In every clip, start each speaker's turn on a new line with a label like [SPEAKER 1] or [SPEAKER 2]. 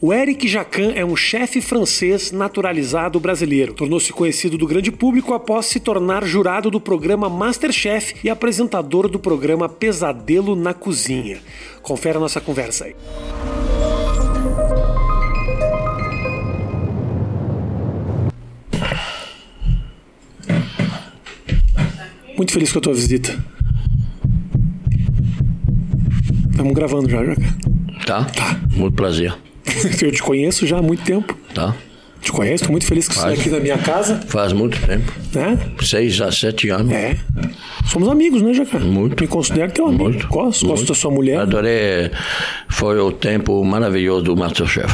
[SPEAKER 1] O Eric Jacan é um chefe francês naturalizado brasileiro. Tornou-se conhecido do grande público após se tornar jurado do programa Masterchef e apresentador do programa Pesadelo na Cozinha. Confere a nossa conversa aí. Muito feliz com a tua visita. Estamos gravando já, Jacan.
[SPEAKER 2] Tá? Tá. Muito prazer.
[SPEAKER 1] Eu te conheço já há muito tempo.
[SPEAKER 2] Tá?
[SPEAKER 1] Te conheço, tô muito feliz que você
[SPEAKER 2] Faz.
[SPEAKER 1] é aqui na minha casa,
[SPEAKER 2] Faz muito tempo.
[SPEAKER 1] né?
[SPEAKER 2] Seis a sete anos.
[SPEAKER 1] É. Somos amigos, né, Jacan?
[SPEAKER 2] Muito.
[SPEAKER 1] Me considero teu amigo.
[SPEAKER 2] Muito.
[SPEAKER 1] Gosto, gosto
[SPEAKER 2] Muito.
[SPEAKER 1] da sua mulher.
[SPEAKER 2] Adorei. Foi o tempo maravilhoso do Masterchef.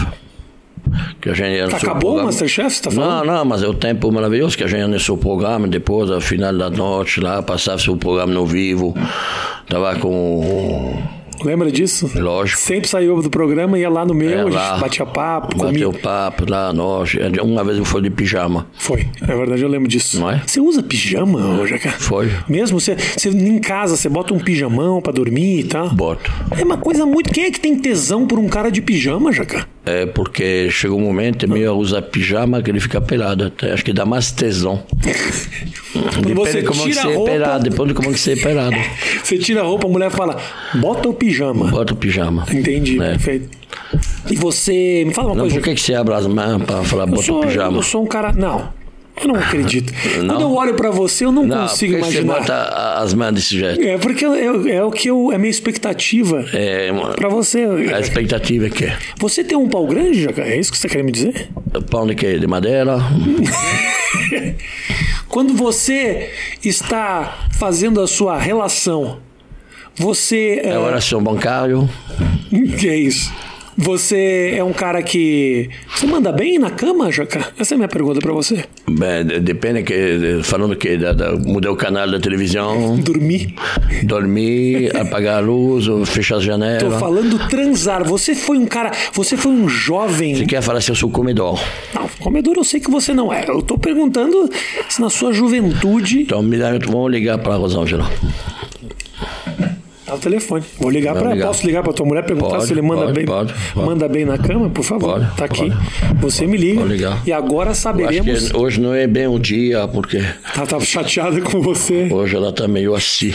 [SPEAKER 2] Que a gente anunció
[SPEAKER 1] Tá, Acabou o
[SPEAKER 2] programa.
[SPEAKER 1] Masterchef, você tá falando?
[SPEAKER 2] Não, não, mas é o tempo maravilhoso que a gente anunciou o programa. Depois, ao final da noite, lá, passava-se o programa no vivo. Tava com.
[SPEAKER 1] Lembra disso?
[SPEAKER 2] Lógico.
[SPEAKER 1] Sempre saiu do programa, ia lá no meu,
[SPEAKER 2] É,
[SPEAKER 1] a gente
[SPEAKER 2] lá.
[SPEAKER 1] batia papo, comia.
[SPEAKER 2] Bateu papo lá, nós. é, Uma vez eu fui de pijama.
[SPEAKER 1] Foi, na verdade eu lembro disso.
[SPEAKER 2] Não é?
[SPEAKER 1] Você usa pijama, ô, Jacan?
[SPEAKER 2] Foi.
[SPEAKER 1] Mesmo você, você em casa, você bota um pijamão pra dormir e tal.
[SPEAKER 2] Boto.
[SPEAKER 1] É uma coisa muito. Quem é que tem tesão por um cara de pijama, Jacan?
[SPEAKER 2] É porque chega um momento, é melhor usar pijama que ele fica pelado. Até Acho que dá mais tesão. Depende
[SPEAKER 1] você
[SPEAKER 2] como que
[SPEAKER 1] tira a
[SPEAKER 2] você é
[SPEAKER 1] roupa-
[SPEAKER 2] pelado. Depende de como que você é pelado.
[SPEAKER 1] Você tira a roupa, a mulher fala, bota o pijama.
[SPEAKER 2] Bota o pijama.
[SPEAKER 1] Entendi,
[SPEAKER 2] É.
[SPEAKER 1] perfeito. E você. Me fala uma
[SPEAKER 2] Não,
[SPEAKER 1] coisa,
[SPEAKER 2] por
[SPEAKER 1] Jacan.
[SPEAKER 2] que, que você abre as mãos para falar
[SPEAKER 1] Eu
[SPEAKER 2] bota o
[SPEAKER 1] sou,
[SPEAKER 2] pijama?
[SPEAKER 1] eu sou um cara. Não. Eu não acredito.
[SPEAKER 2] Não?
[SPEAKER 1] Quando eu olho pra você, eu não,
[SPEAKER 2] Não, Ah, por que,
[SPEAKER 1] consigo
[SPEAKER 2] que você
[SPEAKER 1] imaginar.
[SPEAKER 2] bota a- as mãos desse jeito?
[SPEAKER 1] É porque eu- eu- é o que eu. É a minha expectativa
[SPEAKER 2] É, uma-
[SPEAKER 1] pra você.
[SPEAKER 2] a expectativa é que
[SPEAKER 1] Você tem um pau grande, Jaca? É isso que você quer me dizer?
[SPEAKER 2] pão de quê? De madeira?
[SPEAKER 1] Quando você está fazendo a sua relação, você.
[SPEAKER 2] É oração bancário?
[SPEAKER 1] Que é isso? Você é um cara que. Você manda bem na cama, Jaca? Essa é a minha pergunta pra você.
[SPEAKER 2] Bem, de- depende que... Falando que da, da, mudei o canal da televisão,
[SPEAKER 1] Dormir.
[SPEAKER 2] dormir, apagar a luz, fechar as janelas.
[SPEAKER 1] Tô falando transar. Você foi um cara. Você foi um jovem.
[SPEAKER 2] Você quer falar se eu sou comedor?
[SPEAKER 1] Não, comedor eu sei que você não é. Eu tô perguntando se na sua juventude.
[SPEAKER 2] Então me dá, vamos ligar para a Rosângela.
[SPEAKER 1] Tá o telefone. Vou ligar pra
[SPEAKER 2] ligar.
[SPEAKER 1] Posso ligar pra tua mulher perguntar
[SPEAKER 2] Pode,
[SPEAKER 1] se ele manda
[SPEAKER 2] pode,
[SPEAKER 1] bem.
[SPEAKER 2] pode, pode.
[SPEAKER 1] Manda bem na cama, por favor.
[SPEAKER 2] Pode,
[SPEAKER 1] tá aqui.
[SPEAKER 2] pode.
[SPEAKER 1] Você me liga.
[SPEAKER 2] Vou ligar.
[SPEAKER 1] E agora
[SPEAKER 2] Acho
[SPEAKER 1] saberemos.
[SPEAKER 2] que hoje não é bem o dia, porque
[SPEAKER 1] Ela tava chateada com você.
[SPEAKER 2] hoje ela tá meio assim.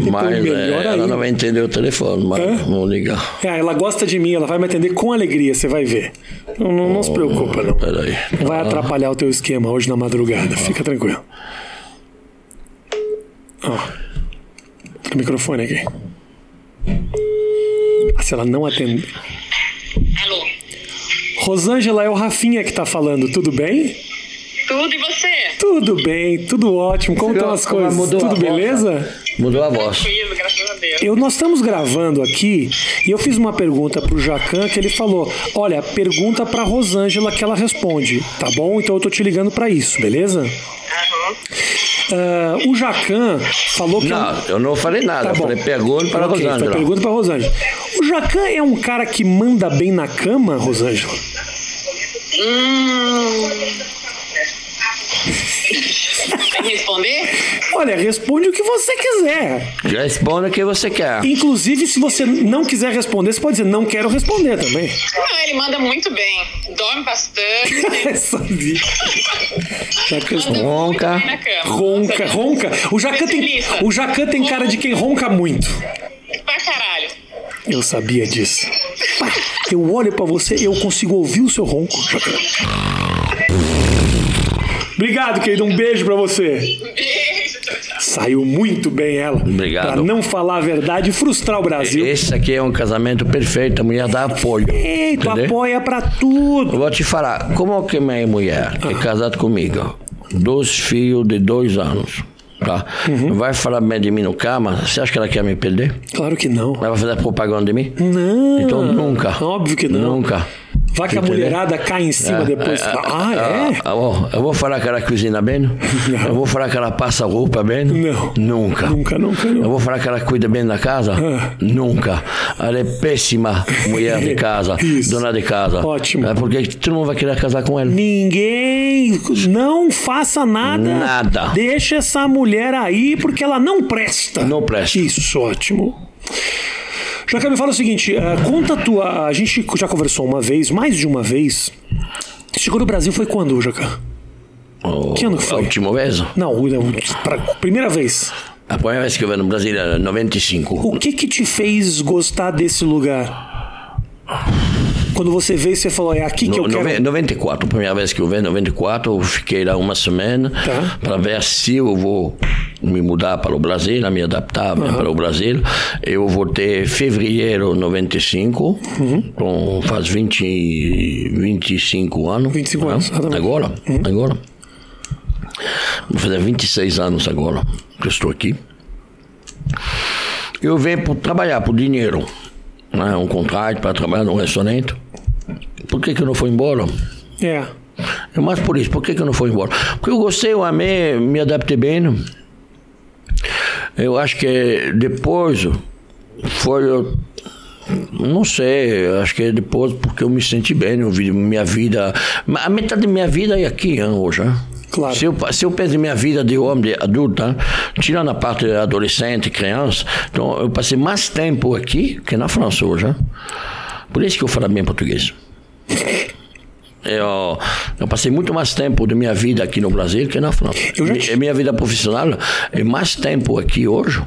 [SPEAKER 2] Mas
[SPEAKER 1] Então, melhor
[SPEAKER 2] eh, ela
[SPEAKER 1] ainda.
[SPEAKER 2] não vai entender o telefone, mas vamos ligar.
[SPEAKER 1] É, ela gosta de mim, ela vai me atender com alegria, você vai ver. Não, não- não se preocupa, não.
[SPEAKER 2] Peraí.
[SPEAKER 1] Não vai atrapalhar o teu esquema hoje na madrugada. Fica tranquilo. Ó. Tem o microfone aqui. Ah, Se ela não atender.
[SPEAKER 3] Alô?
[SPEAKER 1] Rosângela, é o Rafinha que tá falando, tudo bem?
[SPEAKER 3] Tudo e você?
[SPEAKER 1] Tudo bem, tudo ótimo. Como estão as
[SPEAKER 2] como
[SPEAKER 1] coisas?
[SPEAKER 2] mudou a
[SPEAKER 1] Tudo
[SPEAKER 2] voz,
[SPEAKER 1] beleza?
[SPEAKER 2] Mudou a voz.
[SPEAKER 3] Tranquilo, graças a Deus.
[SPEAKER 1] Eu, nós estamos gravando aqui e eu fiz uma pergunta pro Jacan que ele falou: Olha, pergunta pra Rosângela que ela responde, tá bom? Então eu tô te ligando pra isso, beleza?
[SPEAKER 3] Aham.
[SPEAKER 1] Ah, o Jacan falou que. é um-
[SPEAKER 2] Não, eu não falei nada.
[SPEAKER 1] Tá
[SPEAKER 2] eu
[SPEAKER 1] bom.
[SPEAKER 2] falei, pergunta para a
[SPEAKER 1] Ok, foi
[SPEAKER 2] Rosângela.
[SPEAKER 1] Pergunta pra Rosângela. O Jacan é um cara que manda bem na cama, Rosângela?
[SPEAKER 3] Hum. Tem que responder?
[SPEAKER 1] Olha, responde o que você quiser.
[SPEAKER 2] Responda o que você quer.
[SPEAKER 1] Inclusive, se você não quiser responder, você pode dizer não quero responder também.
[SPEAKER 3] Não, ele manda muito bem. Dorme bastante.
[SPEAKER 1] Sabia. Jacan
[SPEAKER 3] Manda muito
[SPEAKER 2] Ronca.
[SPEAKER 3] bem na cama.
[SPEAKER 1] Ronca, ronca. O Jacan tem,
[SPEAKER 3] Especialista.
[SPEAKER 1] o Jacan tem cara de quem ronca muito.
[SPEAKER 3] Pra caralho.
[SPEAKER 1] Eu sabia disso. Pá, Eu olho pra você, eu consigo ouvir o seu ronco, Jacan. Obrigado, querido. Um beijo pra você.
[SPEAKER 3] Beijo. tchau, tchau.
[SPEAKER 1] Saiu muito bem ela.
[SPEAKER 2] Obrigado.
[SPEAKER 1] Pra não falar a verdade e frustrar o Brasil.
[SPEAKER 2] Esse aqui é um casamento perfeito. A mulher dá apoio.
[SPEAKER 1] Eita,
[SPEAKER 2] Entendeu?
[SPEAKER 1] apoia pra tudo.
[SPEAKER 2] Eu vou te falar, como que minha mulher
[SPEAKER 1] Ah.
[SPEAKER 2] que é casada comigo, dois filhos de dois anos, tá?
[SPEAKER 1] Uhum.
[SPEAKER 2] Vai falar bem de mim no cama, você acha que ela quer me perder?
[SPEAKER 1] Claro que não.
[SPEAKER 2] Ela vai fazer propaganda de mim?
[SPEAKER 1] Não.
[SPEAKER 2] Então nunca.
[SPEAKER 1] Óbvio que não.
[SPEAKER 2] Nunca.
[SPEAKER 1] Vai que a
[SPEAKER 2] Entendeu?
[SPEAKER 1] mulherada cai em cima depois. ah, é?
[SPEAKER 2] Ah, bom, eu vou falar que ela cozinha bem? né? Eu vou falar que ela passa roupa bem? né?
[SPEAKER 1] Não.
[SPEAKER 2] Nunca.
[SPEAKER 1] Nunca, nunca, Ah.
[SPEAKER 2] Eu
[SPEAKER 1] nunca.
[SPEAKER 2] vou falar que ela cuida bem da casa? Nunca. Ela é péssima mulher de casa,
[SPEAKER 1] Isso.
[SPEAKER 2] dona de casa.
[SPEAKER 1] Ótimo.
[SPEAKER 2] É porque todo mundo vai querer casar com ela.
[SPEAKER 1] Ninguém, não faça nada.
[SPEAKER 2] Nada.
[SPEAKER 1] Deixa essa mulher aí porque ela não presta.
[SPEAKER 2] Não presta.
[SPEAKER 1] Isso, ótimo. Jaca, me fala o seguinte: eh, conta a tua. A gente já conversou uma vez, mais de uma vez. Você Chegou no Brasil foi quando, Jaca?
[SPEAKER 2] O,
[SPEAKER 1] Que ano que foi?
[SPEAKER 2] A última vez?
[SPEAKER 1] Não, o- o- pra, primeira vez.
[SPEAKER 2] A primeira vez que eu veio no Brasil era 95.
[SPEAKER 1] O que que te fez gostar desse lugar? Quando você veio, você falou: é aqui que eu
[SPEAKER 2] No-
[SPEAKER 1] quero.
[SPEAKER 2] nove- 94, primeira vez que eu venho, 94, eu fiquei lá uma semana
[SPEAKER 1] Tá.
[SPEAKER 2] para ver se eu vou me mudar para o Brasil, a me adaptar para o Brasil. Eu voltei em fevereiro 95, com, faz 20, e 25 anos.
[SPEAKER 1] 25
[SPEAKER 2] né?
[SPEAKER 1] anos, exatamente. Uhum.
[SPEAKER 2] Agora, agora. Vou fazer 26 anos agora que eu estou aqui. Eu venho por trabalhar, por dinheiro. Né? Um contrato para trabalhar num restaurante. Por que, que eu não fui embora?
[SPEAKER 1] É.
[SPEAKER 2] É mais por isso. Por que, que eu não fui embora? Porque eu gostei, eu amei, me adaptei bem. né? Eu acho que depois foi. eu- Não sei, eu acho que é depois porque eu me senti bem, né? eu vi minha vida. ma- A metade da minha vida é aqui hein, hoje. Hein?
[SPEAKER 1] Claro.
[SPEAKER 2] Se eu, pa- se eu penso em minha vida de homem, de adulto, hein, tirando a parte de adolescente, criança, então eu passei mais tempo aqui que na França hoje. né? hein? Por isso que eu falo bem português. Eu, eu passei muito mais tempo da minha vida aqui no Brasil que na França.
[SPEAKER 1] Eu já
[SPEAKER 2] Mi-
[SPEAKER 1] te-
[SPEAKER 2] Minha vida profissional é mais tempo aqui hoje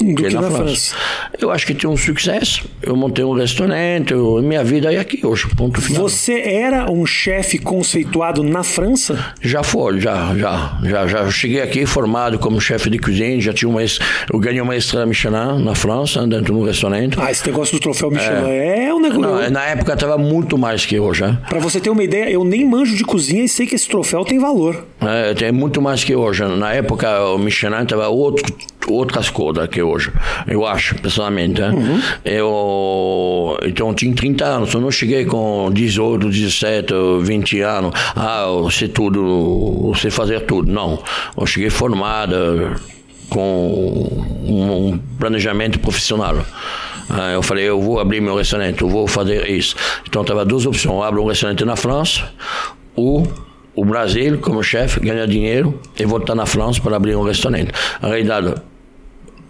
[SPEAKER 1] Do
[SPEAKER 2] que na, França.
[SPEAKER 1] França.
[SPEAKER 2] Eu acho que tem um sucesso. Eu montei um restaurante, eu- minha vida é aqui hoje, ponto final.
[SPEAKER 1] Você era um chefe conceituado na França?
[SPEAKER 2] Já foi, já, já, já, já. Eu cheguei aqui formado como chefe de cozinha, já tinha uma, es- eu ganhei uma estrela Michelin na França, dentro de um restaurante.
[SPEAKER 1] Ah, esse negócio do troféu Michelin é, um negócio.
[SPEAKER 2] Não, na época estava muito mais que hoje, né?
[SPEAKER 1] Pra você ter uma ideia, eu nem manjo de cozinha e sei que esse troféu tem valor.
[SPEAKER 2] É, tem muito mais que hoje. Na época, o Michelin estava outro, outras coisas que hoje, eu acho, pessoalmente. né? Eu, então, eu tinha 30 anos, eu não cheguei com 18, 17, 20 anos. Ah, eu sei tudo, eu sei fazer tudo. Não, eu cheguei formado com um, um planejamento profissional. Ah, Eu falei, eu vou abrir meu restaurante, eu vou fazer isso. Então, tava duas opções: eu abro um restaurante na França ou o Brasil, como chefe, ganhar dinheiro e voltar na França para abrir um restaurante. Na realidade,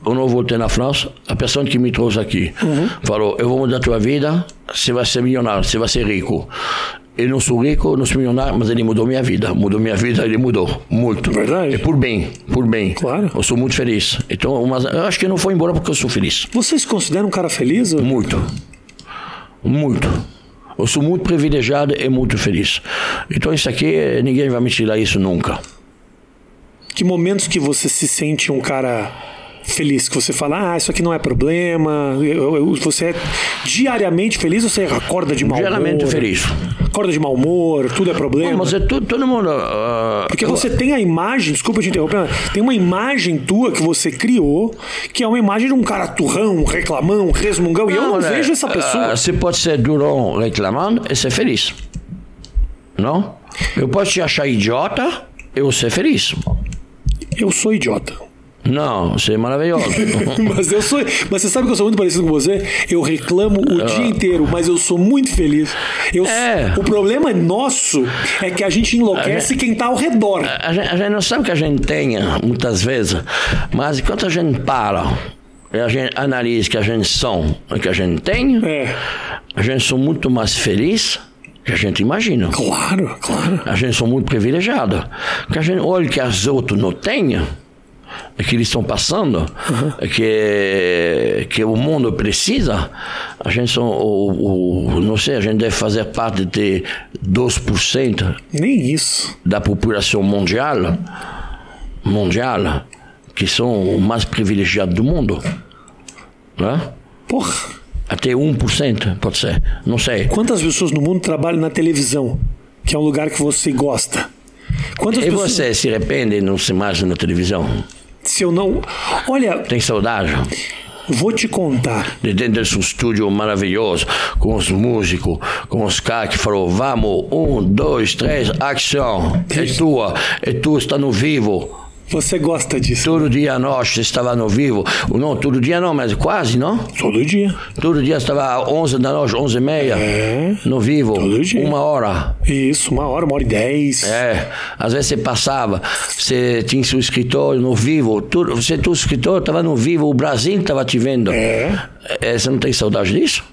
[SPEAKER 2] eu não voltei na França, a pessoa que me trouxe aqui
[SPEAKER 1] Uhum.
[SPEAKER 2] falou: Eu vou mudar a tua vida, você vai ser milionário, você vai ser rico. Eu não sou rico, não sou milionário, mas ele mudou minha vida. Mudou minha vida, ele mudou. Muito.
[SPEAKER 1] Verdade.
[SPEAKER 2] E por bem, por bem.
[SPEAKER 1] Claro.
[SPEAKER 2] Eu sou muito feliz. Então, mas eu acho que eu não foi embora porque eu sou feliz.
[SPEAKER 1] Você se considera um cara feliz?
[SPEAKER 2] Muito. Muito. Eu sou muito privilegiado e muito feliz. Então isso aqui, eh, ninguém vai me tirar isso nunca.
[SPEAKER 1] Que momentos que você se sente um cara feliz? Que você fala, ah, isso aqui não é problema. eu- eu- você é diariamente feliz ou você acorda de mau
[SPEAKER 2] Diariamente
[SPEAKER 1] humor?
[SPEAKER 2] feliz.
[SPEAKER 1] Acorda de mau humor, tudo é problema.
[SPEAKER 2] Mas é tu, todo mundo... ah,
[SPEAKER 1] Porque você tem a imagem, desculpa te interromper, mas tem uma imagem tua que você criou, que é uma imagem de um cara turrão, reclamão, resmungão, e eu não
[SPEAKER 2] né?
[SPEAKER 1] vejo essa pessoa.
[SPEAKER 2] Ah, Você pode ser durão reclamando e ser feliz. Não? Eu posso te achar idiota e eu ser feliz. Ah.
[SPEAKER 1] Eu sou idiota.
[SPEAKER 2] Não, você é maravilhoso.
[SPEAKER 1] Mas eu sou. Mas você sabe que eu sou muito parecido com você? Eu reclamo o dia inteiro, mas eu sou muito feliz. Eu,
[SPEAKER 2] Ah. É. Ah, né?
[SPEAKER 1] O problema nosso é que a gente enlouquece quem tá ao redor.
[SPEAKER 2] a, gente, a gente não sabe que a gente tenha, muitas vezes, mas enquanto a gente para e a gente analisa que a gente são o que a gente tem,
[SPEAKER 1] É.
[SPEAKER 2] a gente são muito mais feliz que a gente imagina.
[SPEAKER 1] Claro, claro.
[SPEAKER 2] A gente são muito privilegiado. Porque a gente olha que as outras não têm, e que eles estão passando, e que, que o mundo precisa, a gente são, o, o- não sei, a gente deve fazer parte de 2%
[SPEAKER 1] Nem isso.
[SPEAKER 2] da população mundial, mundial, que são o mais privilegiado do mundo. Né?
[SPEAKER 1] Porra.
[SPEAKER 2] Até 1%, pode ser. Não sei.
[SPEAKER 1] Quantas pessoas no mundo trabalham na televisão, que é um lugar que você gosta? Quantas
[SPEAKER 2] E
[SPEAKER 1] pessoas.
[SPEAKER 2] você se arrepende e não se imagina na televisão?
[SPEAKER 1] Se eu não. Olha,
[SPEAKER 2] Tem saudade?
[SPEAKER 1] vou te contar.
[SPEAKER 2] De dentro desse estúdio maravilhoso, com os músicos, com os caras que falaram, vamos, um, dois, três, ação, é tua, é tu, está no vivo.
[SPEAKER 1] Você gosta disso?
[SPEAKER 2] Todo dia nós estávamos vivo. Não, todo dia não, mas quase, não?
[SPEAKER 1] Todo dia.
[SPEAKER 2] Todo dia estava 11 da noite, 11 e meia,
[SPEAKER 1] É.
[SPEAKER 2] no vivo.
[SPEAKER 1] Todo dia.
[SPEAKER 2] Uma hora.
[SPEAKER 1] Isso, uma hora, uma hora e dez.
[SPEAKER 2] É, às vezes você passava, você tinha seu escritório no vivo, tudo, você teu escritório estava no vivo, o Brasil estava te vendo.
[SPEAKER 1] É.
[SPEAKER 2] É, Você não tem saudade disso?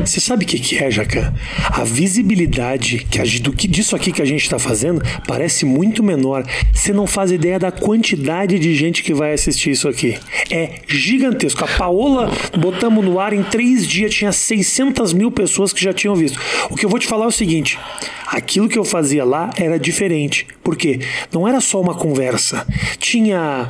[SPEAKER 1] Você sabe o que, que é, Jacan? A visibilidade que a, gen- do que disso aqui que a gente está fazendo parece muito menor. Você não faz ideia da quantidade de gente que vai assistir isso aqui. É gigantesco. A Paola botamos no ar em três dias tinha 600 mil pessoas que já tinham visto. O que eu vou te falar é o seguinte: aquilo que eu fazia lá era diferente, porque não era só uma conversa. Tinha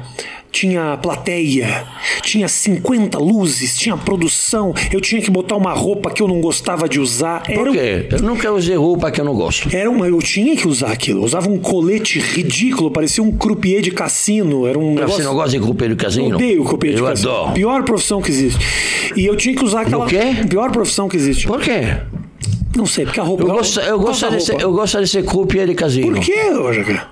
[SPEAKER 1] tinha plateia, tinha 50 luzes, tinha produção, eu tinha que botar uma roupa que eu não gostava de usar. Era,
[SPEAKER 2] Por
[SPEAKER 1] um-
[SPEAKER 2] quê? Eu nunca usei roupa que eu não gosto.
[SPEAKER 1] era uma, eu tinha que usar aquilo. Eu usava um colete ridículo, parecia um croupier de cassino, era um negócio.
[SPEAKER 2] Você não gosta de roupa de
[SPEAKER 1] Eu
[SPEAKER 2] casino?
[SPEAKER 1] odeio croupier de
[SPEAKER 2] Eu
[SPEAKER 1] cassino.
[SPEAKER 2] adoro.
[SPEAKER 1] Pior profissão que existe. E eu tinha que usar aquela
[SPEAKER 2] quê?
[SPEAKER 1] pior profissão que existe.
[SPEAKER 2] Por quê?
[SPEAKER 1] Não sei, porque a roupa
[SPEAKER 2] Eu gosto, eu
[SPEAKER 1] Por
[SPEAKER 2] gosto,
[SPEAKER 1] causa
[SPEAKER 2] de,
[SPEAKER 1] da
[SPEAKER 2] ser, eu
[SPEAKER 1] roupa.
[SPEAKER 2] gosto de ser croupier de casino.
[SPEAKER 1] Por quê, Jacan?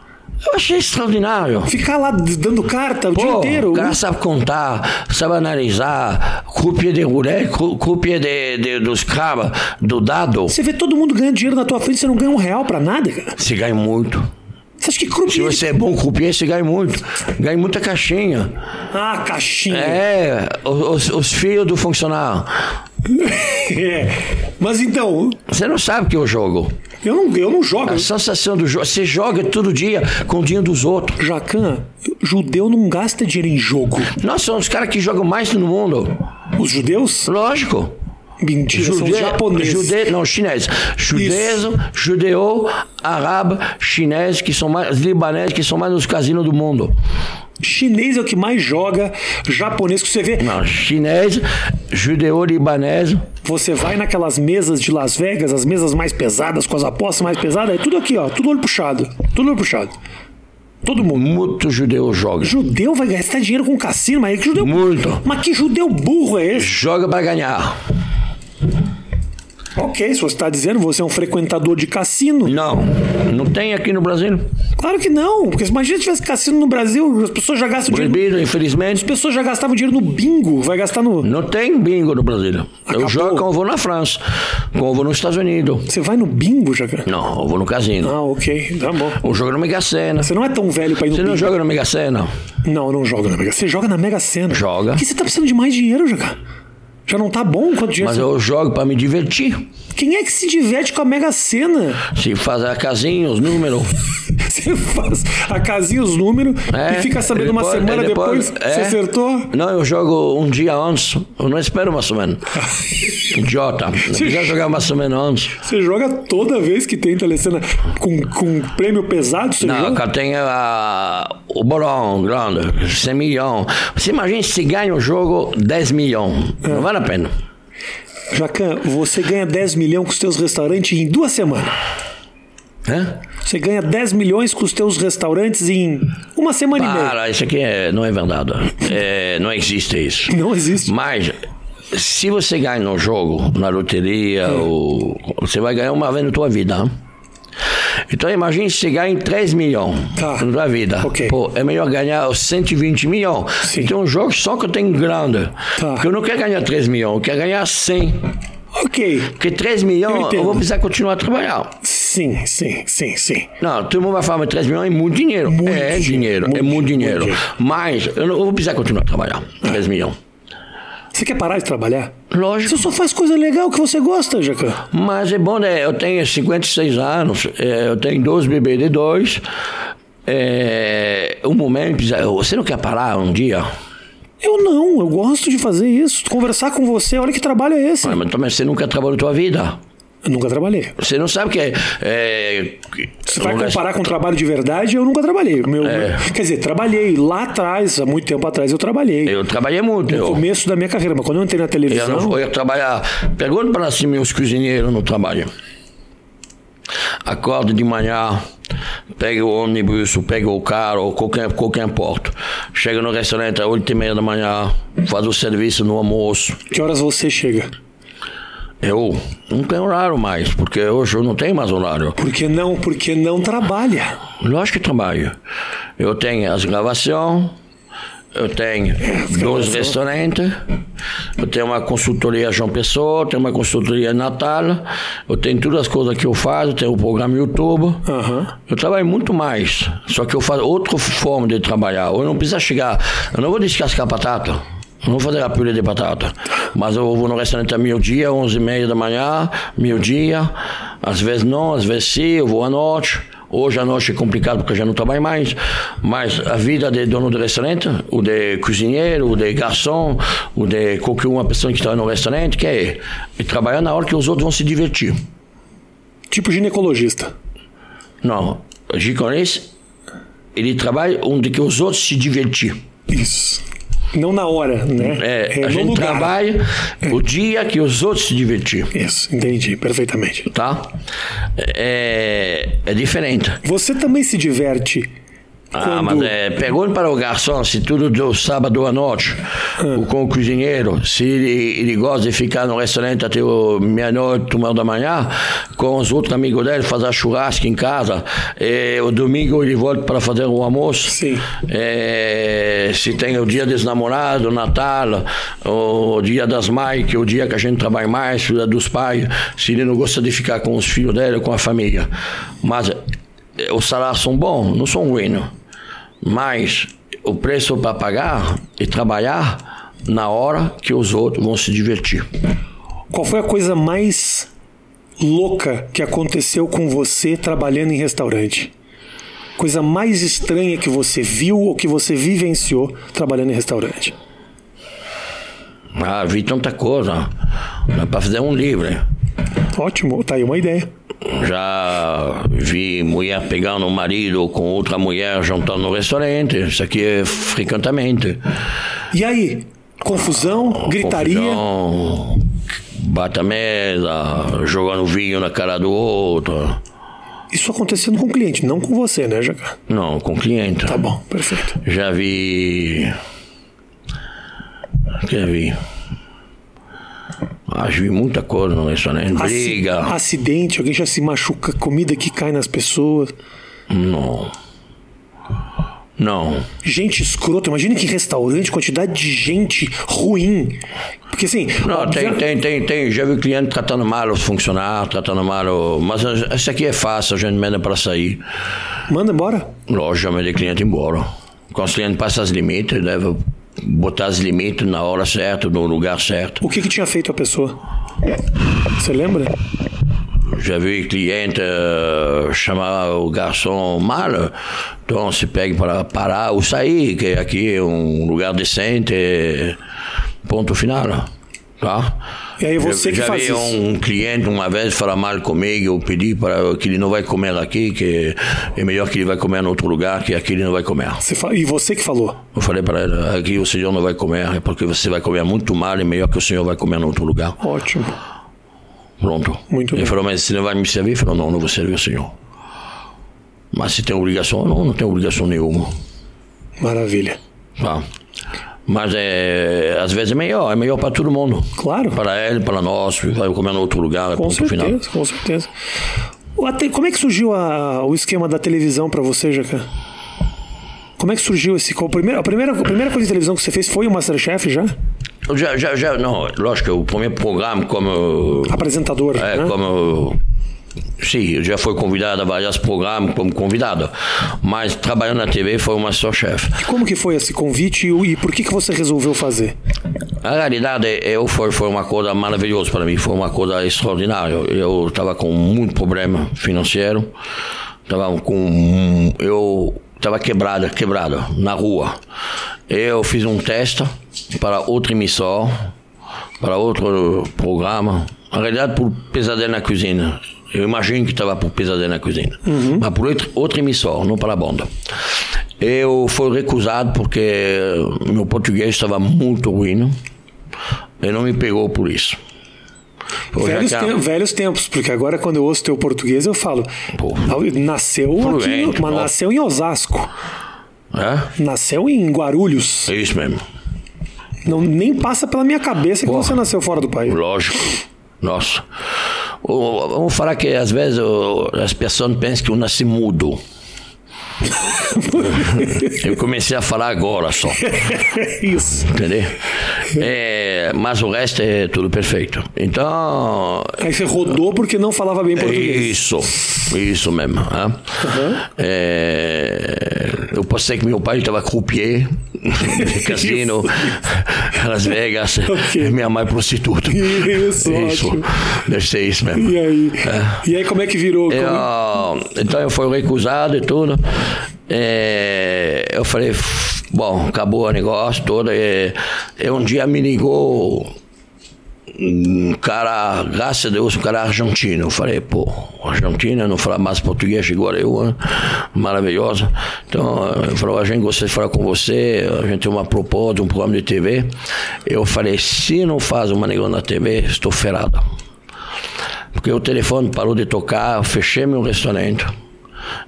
[SPEAKER 2] Eu achei extraordinário.
[SPEAKER 1] Ficar lá d- dando carta o dia
[SPEAKER 2] Pô,
[SPEAKER 1] inteiro.
[SPEAKER 2] O cara sabe contar, sabe analisar, cúpia de mulher, cu- cúpia de, de- dos caras, do dado.
[SPEAKER 1] Você vê todo mundo ganhando dinheiro na tua frente, você não ganha um real pra nada, cara.
[SPEAKER 2] Você ganha muito.
[SPEAKER 1] Você acha que
[SPEAKER 2] Se
[SPEAKER 1] croupier de
[SPEAKER 2] você é bom croupier, você ganha muito. Ganha muita caixinha.
[SPEAKER 1] Ah, caixinha.
[SPEAKER 2] É, os, os filhos do funcionário.
[SPEAKER 1] É. Mas então,
[SPEAKER 2] Você não sabe que eu jogo.
[SPEAKER 1] eu não, eu não jogo.
[SPEAKER 2] A sensação do jogo, você joga todo dia com o dinheiro dos outros.
[SPEAKER 1] Jacan, judeu não gasta dinheiro em jogo.
[SPEAKER 2] Nós somos os caras que jogam mais no mundo.
[SPEAKER 1] Os judeus?
[SPEAKER 2] Lógico.
[SPEAKER 1] Mentira, são
[SPEAKER 2] Jude-
[SPEAKER 1] japoneses.
[SPEAKER 2] Jude, não, chinês. Judezo, judeu, árabe, chinês, que são mais, libanês, que são mais nos casinos do mundo.
[SPEAKER 1] Chinês é o que mais joga, japonês que você vê.
[SPEAKER 2] Não, chinês, judeu, libanês.
[SPEAKER 1] Você vai naquelas mesas de Las Vegas, as mesas mais pesadas, com as apostas mais pesadas, é tudo aqui, ó. Tudo olho puxado. Tudo olho puxado.
[SPEAKER 2] Todo mundo. Muito judeu joga.
[SPEAKER 1] Judeu vai gastar dinheiro com cassino, mas é que judeu.
[SPEAKER 2] Muito.
[SPEAKER 1] Mas que judeu burro é esse?
[SPEAKER 2] Joga pra ganhar.
[SPEAKER 1] Ok, se você tá dizendo, você é um frequentador de cassino.
[SPEAKER 2] Não, não tem aqui no Brasil.
[SPEAKER 1] Claro que não, porque imagina se tivesse cassino no Brasil, as pessoas já gastam dinheiro.
[SPEAKER 2] Proibido,
[SPEAKER 1] As
[SPEAKER 2] infelizmente.
[SPEAKER 1] pessoas já gastavam dinheiro no bingo, vai gastar no.
[SPEAKER 2] Não tem bingo no Brasil.
[SPEAKER 1] Acabou.
[SPEAKER 2] Eu jogo como eu vou na França, como eu vou nos Estados Unidos.
[SPEAKER 1] Você vai no bingo, Jacan?
[SPEAKER 2] Não, eu vou no casino.
[SPEAKER 1] Ah, ok, tá bom.
[SPEAKER 2] Eu jogo no Mega Sena.
[SPEAKER 1] Você não é tão velho pra ir no
[SPEAKER 2] Você
[SPEAKER 1] bingo.
[SPEAKER 2] não joga no Mega Sena?
[SPEAKER 1] Não, eu não joga na Mega. Você joga na Mega Sena.
[SPEAKER 2] Joga.
[SPEAKER 1] Por que você tá precisando de mais dinheiro, Jacan? Já não tá bom quanto dinheiro.
[SPEAKER 2] Mas
[SPEAKER 1] você-
[SPEAKER 2] eu jogo pra me divertir.
[SPEAKER 1] Quem é que se diverte com a Mega Sena?
[SPEAKER 2] Se faz a casinha, os números.
[SPEAKER 1] Você faz a casinha, os números
[SPEAKER 2] É,
[SPEAKER 1] e fica sabendo uma
[SPEAKER 2] depois-
[SPEAKER 1] semana
[SPEAKER 2] é,
[SPEAKER 1] depois, você
[SPEAKER 2] é.
[SPEAKER 1] acertou.
[SPEAKER 2] Não, eu jogo um dia antes. Eu não espero uma semana. Idiota. Eu já jogar uma semana antes.
[SPEAKER 1] Você joga toda vez que tem telecena com, com prêmio pesado, você
[SPEAKER 2] Não,
[SPEAKER 1] joga?
[SPEAKER 2] cara, tem a, o bolão grande, 100 milhões. Você imagina se ganha o jogo 10 milhões. Não vale a pena.
[SPEAKER 1] Jacan, você ganha 10 milhões com os seus restaurantes em duas semanas.
[SPEAKER 2] Hã?
[SPEAKER 1] Você ganha 10 milhões com os teus restaurantes em uma semana e meia.
[SPEAKER 2] Para, isso aqui é- não é verdade. É, não existe isso.
[SPEAKER 1] Não existe.
[SPEAKER 2] Mas se você ganha no jogo, na loteria,
[SPEAKER 1] É.
[SPEAKER 2] ou- você vai ganhar uma vez na tua vida. hein? Então imagine se você ganha 3 milhões
[SPEAKER 1] Tá.
[SPEAKER 2] na tua vida.
[SPEAKER 1] Ok.
[SPEAKER 2] Pô, é melhor ganhar os 120 milhões.
[SPEAKER 1] Sim.
[SPEAKER 2] Então um jogo só que eu tenho grande.
[SPEAKER 1] Tá.
[SPEAKER 2] Porque eu não quero ganhar 3 milhões, eu quero ganhar 100.
[SPEAKER 1] Ok.
[SPEAKER 2] Porque 3
[SPEAKER 1] Eu
[SPEAKER 2] milhões eu,
[SPEAKER 1] entendo.
[SPEAKER 2] vou precisar continuar a trabalhar.
[SPEAKER 1] Sim, sim, sim, sim.
[SPEAKER 2] Não, todo mundo vai falar, mas 3 milhões é muito dinheiro.
[SPEAKER 1] Muito
[SPEAKER 2] é
[SPEAKER 1] dinheiro,
[SPEAKER 2] dinheiro, é
[SPEAKER 1] muito,
[SPEAKER 2] muito dinheiro.
[SPEAKER 1] muito. É.
[SPEAKER 2] Mas eu, não, eu vou precisar continuar a trabalhar. 3 milhões.
[SPEAKER 1] Você quer parar de trabalhar?
[SPEAKER 2] Lógico.
[SPEAKER 1] Você só faz coisa legal que você gosta, Jacan.
[SPEAKER 2] Mas é bom, né? Eu tenho 56 anos, eh, eu tenho dois bebês de dois. É, um momento, precisa- você não quer parar um dia?
[SPEAKER 1] Eu não, eu gosto de fazer isso. Conversar com você, olha que trabalho é esse.
[SPEAKER 2] Ah, Mas também você nunca trabalhou na tua vida.
[SPEAKER 1] Eu nunca trabalhei.
[SPEAKER 2] Você não sabe o que é. é que- É.
[SPEAKER 1] Se vai comparar com um trabalho de verdade, eu nunca trabalhei. Meu, Quer dizer, trabalhei lá atrás, há muito tempo atrás eu trabalhei.
[SPEAKER 2] Eu trabalhei muito.
[SPEAKER 1] No
[SPEAKER 2] Eu,
[SPEAKER 1] começo da minha carreira, mas quando eu entrei na
[SPEAKER 2] eu
[SPEAKER 1] televisão.
[SPEAKER 2] não fui trabalhar. Pergunta para si meus cozinheiros no trabalho. Acordo de manhã, pego o ônibus, ou pego o carro, ou qualquer, qualquer porto. Chego no restaurante às 8 e meia da manhã, faço o serviço no almoço.
[SPEAKER 1] Que horas você chega?
[SPEAKER 2] Eu não tenho horário mais, porque hoje eu não tenho mais horário.
[SPEAKER 1] Porque não, porque não trabalha.
[SPEAKER 2] Lógico que trabalho. Eu tenho as gravações, eu tenho dois restaurantes, eu tenho uma consultoria João Pessoa, eu tenho uma consultoria Natal, eu tenho todas as coisas que eu faço, eu tenho o programa YouTube.
[SPEAKER 1] Aham.
[SPEAKER 2] Eu trabalho muito mais, só que eu faço outra forma de trabalhar. Eu não preciso chegar, eu não vou descascar batata, eu não vou fazer a purê de batata, mas eu vou no restaurante a meio-dia, 11 e meia da manhã, meio-dia, às vezes não, às vezes sim, eu vou à noite. Hoje à noite é complicado porque eu já não trabalho mais, mas a vida de dono de restaurante, ou de cozinheiro, ou de garçom, ou de qualquer uma pessoa que está no restaurante, que é, é trabalhar na hora que os outros vão se divertir.
[SPEAKER 1] Tipo ginecologista.
[SPEAKER 2] Não, Gicones, ele trabalha onde que os outros se divertir.
[SPEAKER 1] Isso. Não na hora, né?
[SPEAKER 2] É, a
[SPEAKER 1] no
[SPEAKER 2] gente
[SPEAKER 1] lugar.
[SPEAKER 2] trabalha o dia que os outros se divertir,
[SPEAKER 1] Isso, entendi perfeitamente.
[SPEAKER 2] tá? É, é diferente.
[SPEAKER 1] Você também se diverte
[SPEAKER 2] Ah,
[SPEAKER 1] quando...
[SPEAKER 2] mas é, pergunte para o garçom se tudo do sábado à noite,
[SPEAKER 1] É.
[SPEAKER 2] ou com o cozinheiro, se ele, ele gosta de ficar no restaurante até o meia-noite, uma hora da manhã, com os outros amigos dele, fazer churrasco em casa, e o domingo ele volta para fazer o almoço.
[SPEAKER 1] Sim.
[SPEAKER 2] É, se tem o dia dos namorados, o Natal, o dia das mães, que é o dia que a gente trabalha mais, o dia dos pais, se ele não gosta de ficar com os filhos dele, com a família. Mas eh, os salários são bons, não são ruins. Mas o preço para pagar é trabalhar na hora que os outros vão se divertir.
[SPEAKER 1] Qual foi a coisa mais louca que aconteceu com você trabalhando em restaurante? Coisa mais estranha que você viu ou que você vivenciou trabalhando em restaurante?
[SPEAKER 2] Ah, vi tanta coisa, dá para fazer um livro.
[SPEAKER 1] Ótimo, tá aí uma ideia.
[SPEAKER 2] Já vi mulher pegando um marido com outra mulher jantando no restaurante. Isso aqui é frequentemente.
[SPEAKER 1] E aí? Confusão, gritaria,
[SPEAKER 2] Ah, Confusão, bate a mesa, jogando vinho na cara do outro.
[SPEAKER 1] isso acontecendo com o cliente, não com você, né, Jacá?
[SPEAKER 2] Não, com cliente.
[SPEAKER 1] Tá bom, perfeito.
[SPEAKER 2] Já vi. Já vi. Acho que vi muita coisa no restaurante.
[SPEAKER 1] Aci-
[SPEAKER 2] Briga.
[SPEAKER 1] Acidente, alguém já se machuca, comida que cai nas pessoas,
[SPEAKER 2] Não. Não.
[SPEAKER 1] gente escrota. Imagina que restaurante, quantidade de gente ruim. Porque assim.
[SPEAKER 2] Não, tem,
[SPEAKER 1] obvia-
[SPEAKER 2] tem, tem, tem. Já vi cliente tratando mal os funcionários, tratando mal. o- Mas eh, isso aqui é fácil, a gente manda para sair.
[SPEAKER 1] Manda embora.
[SPEAKER 2] Lógico, já manda cliente embora. Quando o cliente passa os limites, deve botar os limites na hora certa, no lugar certo.
[SPEAKER 1] O que, que tinha feito a pessoa? Você lembra?
[SPEAKER 2] Já vi cliente eh, chamar o garçom mal, então se pega para parar ou sair, que aqui é um lugar decente, eh, ponto final. Tá?
[SPEAKER 1] E aí você
[SPEAKER 2] eu
[SPEAKER 1] que
[SPEAKER 2] já
[SPEAKER 1] faz
[SPEAKER 2] vi
[SPEAKER 1] isso.
[SPEAKER 2] um cliente uma vez falar mal comigo, eu pedi para que ele não vai comer aqui, que é melhor que ele vai comer em outro lugar, que aqui ele não vai comer.
[SPEAKER 1] Você fa- E você que falou.
[SPEAKER 2] Eu falei para ele, aqui o senhor não vai comer, é porque você vai comer muito mal, é melhor que o senhor vai comer em outro lugar.
[SPEAKER 1] Ótimo.
[SPEAKER 2] Pronto.
[SPEAKER 1] Muito
[SPEAKER 2] ele
[SPEAKER 1] bem.
[SPEAKER 2] falou, mas você não vai me servir? Eu falei, não, não vou servir o senhor. Mas se tem obrigação, não, não tem obrigação nenhuma.
[SPEAKER 1] Maravilha.
[SPEAKER 2] Tá? Mas é, às vezes é melhor, é melhor para todo mundo.
[SPEAKER 1] Claro.
[SPEAKER 2] Para ele, para nós, vai comer em outro lugar, é
[SPEAKER 1] Com
[SPEAKER 2] ponto
[SPEAKER 1] certeza,
[SPEAKER 2] final.
[SPEAKER 1] com certeza. O ate- Como é que surgiu a- o esquema da televisão pra você, Jacan? Como é que surgiu esse. qual- primeiro- A primeira, a primeira coisa de televisão que você fez foi o Masterchef já?
[SPEAKER 2] Eu Já, já, já, não, lógico, o primeiro programa como...
[SPEAKER 1] Apresentador.
[SPEAKER 2] É,
[SPEAKER 1] né?
[SPEAKER 2] como. Sim, eu já fui convidado a vários programas como convidado, mas trabalhando na TV foi o Masterchef.
[SPEAKER 1] E como que foi esse convite e, o- e por que, que você resolveu fazer?
[SPEAKER 2] A realidade é, eu foi, foi uma coisa maravilhosa para mim, foi uma coisa extraordinária. Eu estava com muito problema financeiro, estava com. um, Eu estava quebrada, quebrada, na rua. Eu fiz um teste para outro emissor, para outro programa. Na realidade, por pesadelo na cozinha. Eu imagino que estava por pesadelo na cozinha. Mas por outro, outro emissor, não para a banda. Eu fui recusado porque meu português estava muito ruim. Ele não me pegou por isso. Ô,
[SPEAKER 1] Velhos,
[SPEAKER 2] Jacá,
[SPEAKER 1] tem- velhos tempos, porque agora quando eu ouço teu português eu falo.
[SPEAKER 2] Pô.
[SPEAKER 1] Nasceu aqui,
[SPEAKER 2] Fluente,
[SPEAKER 1] mas
[SPEAKER 2] bom.
[SPEAKER 1] nasceu em Osasco.
[SPEAKER 2] é?
[SPEAKER 1] Nasceu em Guarulhos.
[SPEAKER 2] É isso mesmo.
[SPEAKER 1] Não, nem passa pela minha cabeça que você nasceu fora do país.
[SPEAKER 2] Lógico. Nossa. O- vamos falar que às vezes o- as pessoas pensam que eu nasci mudo. eu comecei a falar agora só.
[SPEAKER 1] Isso.
[SPEAKER 2] Entendeu? É, mas o resto é tudo perfeito. Então,
[SPEAKER 1] Aí você rodou porque não falava bem português.
[SPEAKER 2] isso, isso mesmo. né? É, eu postei que meu pai estava croupier de casino, Las Vegas,
[SPEAKER 1] Ok.
[SPEAKER 2] minha mãe prostituta.
[SPEAKER 1] Isso, ótimo.
[SPEAKER 2] deve ser isso mesmo.
[SPEAKER 1] E aí? E aí como é que virou? Como-
[SPEAKER 2] Eu, então eu fui recusado e tudo. É, eu falei, "F- bom, acabou o negócio todo. É, e um dia me ligou um cara, graças a Deus, um cara argentino. Eu falei, pô, Argentina não fala mais português igual eu, né? maravilhosa. Então, ele falou, a gente gostaria de falar com você, a gente tem uma proposta, um programa de TV. Eu falei, se não faz uma negócio na TV, estou ferrado porque o telefone parou de tocar, eu fechei meu restaurante.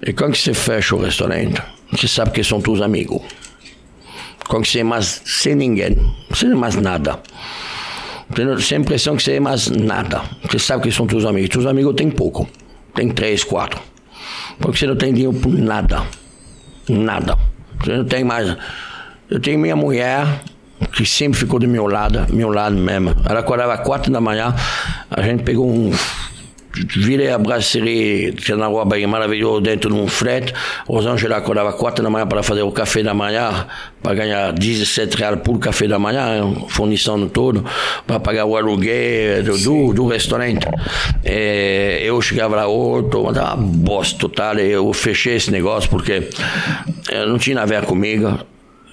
[SPEAKER 2] E quando que você fecha o restaurante, você sabe que são teus amigos. Quando que você é mais sem ninguém, você não é mais nada. Entendeu? Você tem a impressão que você é mais nada. Você sabe que são teus amigos. Teus amigos tem pouco. Tem três, quatro. Porque você não tem dinheiro por nada. Nada. Você não tem mais. Eu tenho minha mulher, que sempre ficou do meu lado, meu lado mesmo. Ela acordava às quatro da manhã, a gente pegou um. Virei a brasserie, que é na rua Bahia maravilhoso, dentro de um frete. Rosângela acordava às quatro da manhã para fazer o café da manhã, para ganhar 17 reais por café da manhã, hein, fornecendo todo, para pagar o aluguel do, do, do restaurante. É, eu chegava lá outro, mas tá uma bosta total. Eu fechei esse negócio porque eh, não tinha a ver comigo.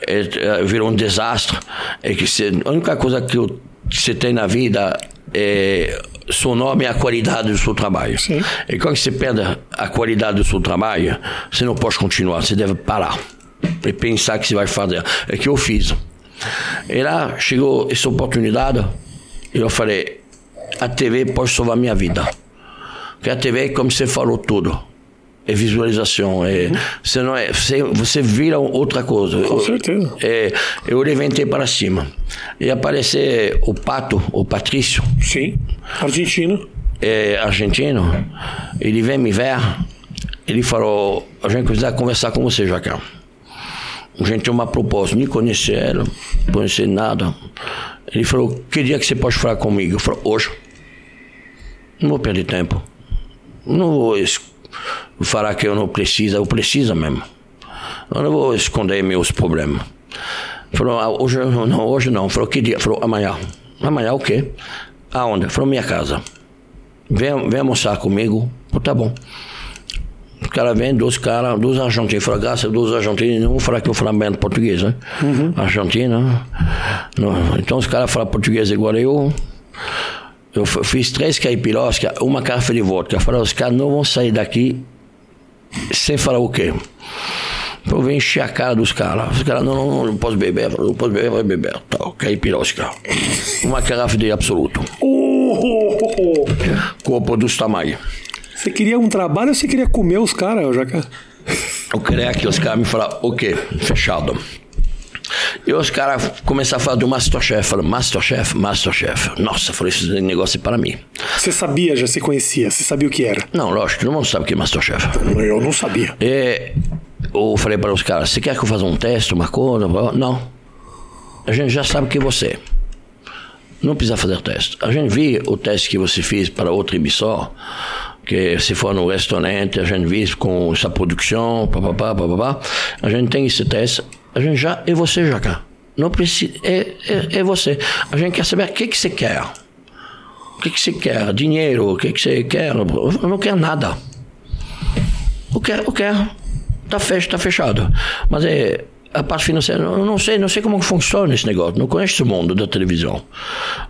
[SPEAKER 2] É, eh, virou um desastre. É que se, a única coisa que eu- que você tem na vida é seu nome e a qualidade do seu trabalho. E quando você perde a qualidade do seu trabalho, você não pode continuar, você deve parar e pensar que você vai fazer. É que eu fiz. E lá chegou essa oportunidade, e eu falei: a TV pode salvar minha vida. Porque a TV, como você falou tudo, é visualização. É, você, não é, você, você vira outra coisa.
[SPEAKER 1] Uhum. Com certeza.
[SPEAKER 2] É, eu levantei para cima. E apareceu o Pato, o Patrício,
[SPEAKER 1] Sim. Argentino.
[SPEAKER 2] é, argentino. Ele veio me ver. Ele falou: A gente precisa conversar com você, Jacão. A gente tem uma proposta. Nem conheci ela, não conheci nada. Ele falou: Que dia que você pode falar comigo? Eu falei: Hoje. Não vou perder tempo. Não vou es- falar que eu não preciso, eu preciso mesmo. Eu não vou esconder meus problemas. Falou, ah, hoje não, hoje não. Falou, que dia? Falou, amanhã. Amanhã o quê? Aonde? Falou, minha casa. Vem, vem almoçar comigo. Falou, tá bom. O cara vem, dois caras, dois argentinos. Falou, graças a Deus, argentinos. Não vou falar que eu falo bem português, né? Argentina. Não. Então os caras falam português igual eu. Eu f- fiz três caipirós, é uma garrafa de vodka. Falei, os caras não vão sair daqui sem falar o quê? Eu vim encher a cara dos caras. Os caras, não, não, não, não posso beber, Eu falei, não posso beber, vai beber. Tal, caipirosca. Uma garrafa de absoluto.
[SPEAKER 1] Oh, oh, oh, oh.
[SPEAKER 2] Corpo dos tamanhos.
[SPEAKER 1] Você queria um trabalho ou você queria comer os caras, Jacá?
[SPEAKER 2] Eu queria que é os caras me falaram, ok, fechado. E os caras começaram a falar do Masterchef. Falaram, Masterchef, Masterchef. Nossa, eu falei, esse negócio é para mim.
[SPEAKER 1] Você sabia, já se conhecia, você sabia o que era.
[SPEAKER 2] Não, lógico, todo mundo sabe o que é Masterchef.
[SPEAKER 1] Eu não sabia.
[SPEAKER 2] E É, eu falei para os caras, você quer que eu faça um teste, uma coisa? Não. A gente já sabe que é você. Não precisa fazer teste. A gente viu o teste que você fez para outra emissora, que se for no restaurante, a gente viu com essa produção, papapá, papapá. A gente tem esse teste. A gente já é você, Jacá. Não precisa. É, é, é você. A gente quer saber o que, que você quer. O que, que você quer? Dinheiro? O que, que você quer? Eu não quero nada. O que, é, o que tá, fech, tá fechado. Mas é a parte financeira, eu não sei, não sei como funciona esse negócio, não conheço o mundo da televisão.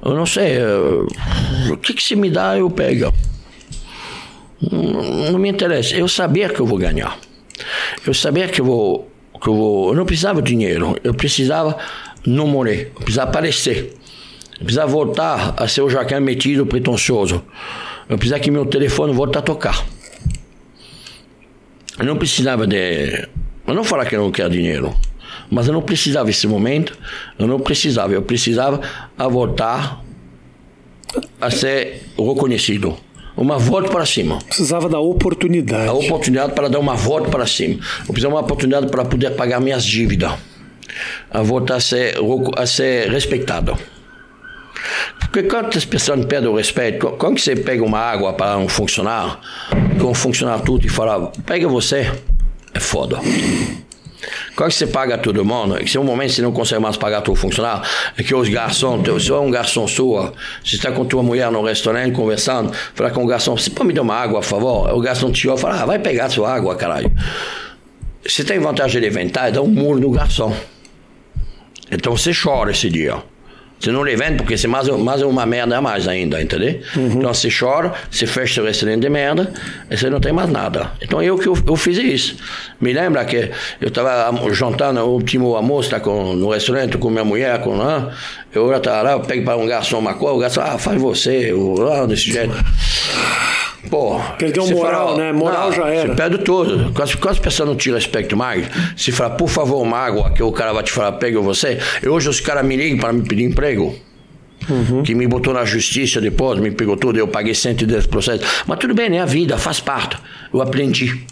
[SPEAKER 2] Eu não sei, eh, o que que se me dá eu pego. Não, não me interessa. Eu sabia que eu vou ganhar. Eu sabia que eu vou, que eu vou, eu não precisava de dinheiro, eu precisava não morrer, eu precisava aparecer. Eu precisava voltar a ser o Jaquim metido, pretencioso. Eu precisava que meu telefone volte a tocar. Eu não precisava de. Eu não falar que eu não quero dinheiro, mas eu não precisava esse momento, eu não precisava, eu precisava a voltar a ser reconhecido. Uma volta para cima.
[SPEAKER 1] Precisava da oportunidade.
[SPEAKER 2] A oportunidade para dar uma volta para cima. Eu precisava uma oportunidade para poder pagar minhas dívidas. A volta a ser, a ser respeitado. Porque quando as pessoas pedem o respeito, quando você pega uma água para um funcionário, que um funcionário tudo e fala, pega você, é foda. Quando é você paga todo mundo, se um momento você não consegue mais pagar todo funcionário, é que os garçons, se é um garçom sua, você está com tua mulher no restaurante conversando, fala com o garçom, você pode me dar uma água, por favor? O garçom te olha e fala, ah, vai pegar sua água, caralho. Você tem vantagem de inventar, dá um muro no garçom. Então você chora esse dia. Você não levanta porque você mais, um, mais uma merda a mais ainda, entendeu? Uhum. Então você chora, você fecha o restaurante de merda, e você não tem mais nada. Então eu que eu, eu, fiz isso. Me lembra que eu estava jantando o último almoço tá, com, no restaurante com minha mulher, com ah, eu estava lá, eu pego para um garçom uma coisa, o garçom, ah, faz você, eu, ah, desse jeito. Pô,
[SPEAKER 1] Perdeu moral, fala, né? Moral não, já era.
[SPEAKER 2] Você perde tudo. Quando, quando as pessoas não te respeitam mais, se fala, por favor, uma água, que o cara vai te falar, pega você. E hoje os caras me ligam para me pedir emprego. Uhum. Que me botou na justiça depois, me pegou tudo, eu paguei 110 processos. Mas tudo bem, né? A vida faz parte. Eu aprendi.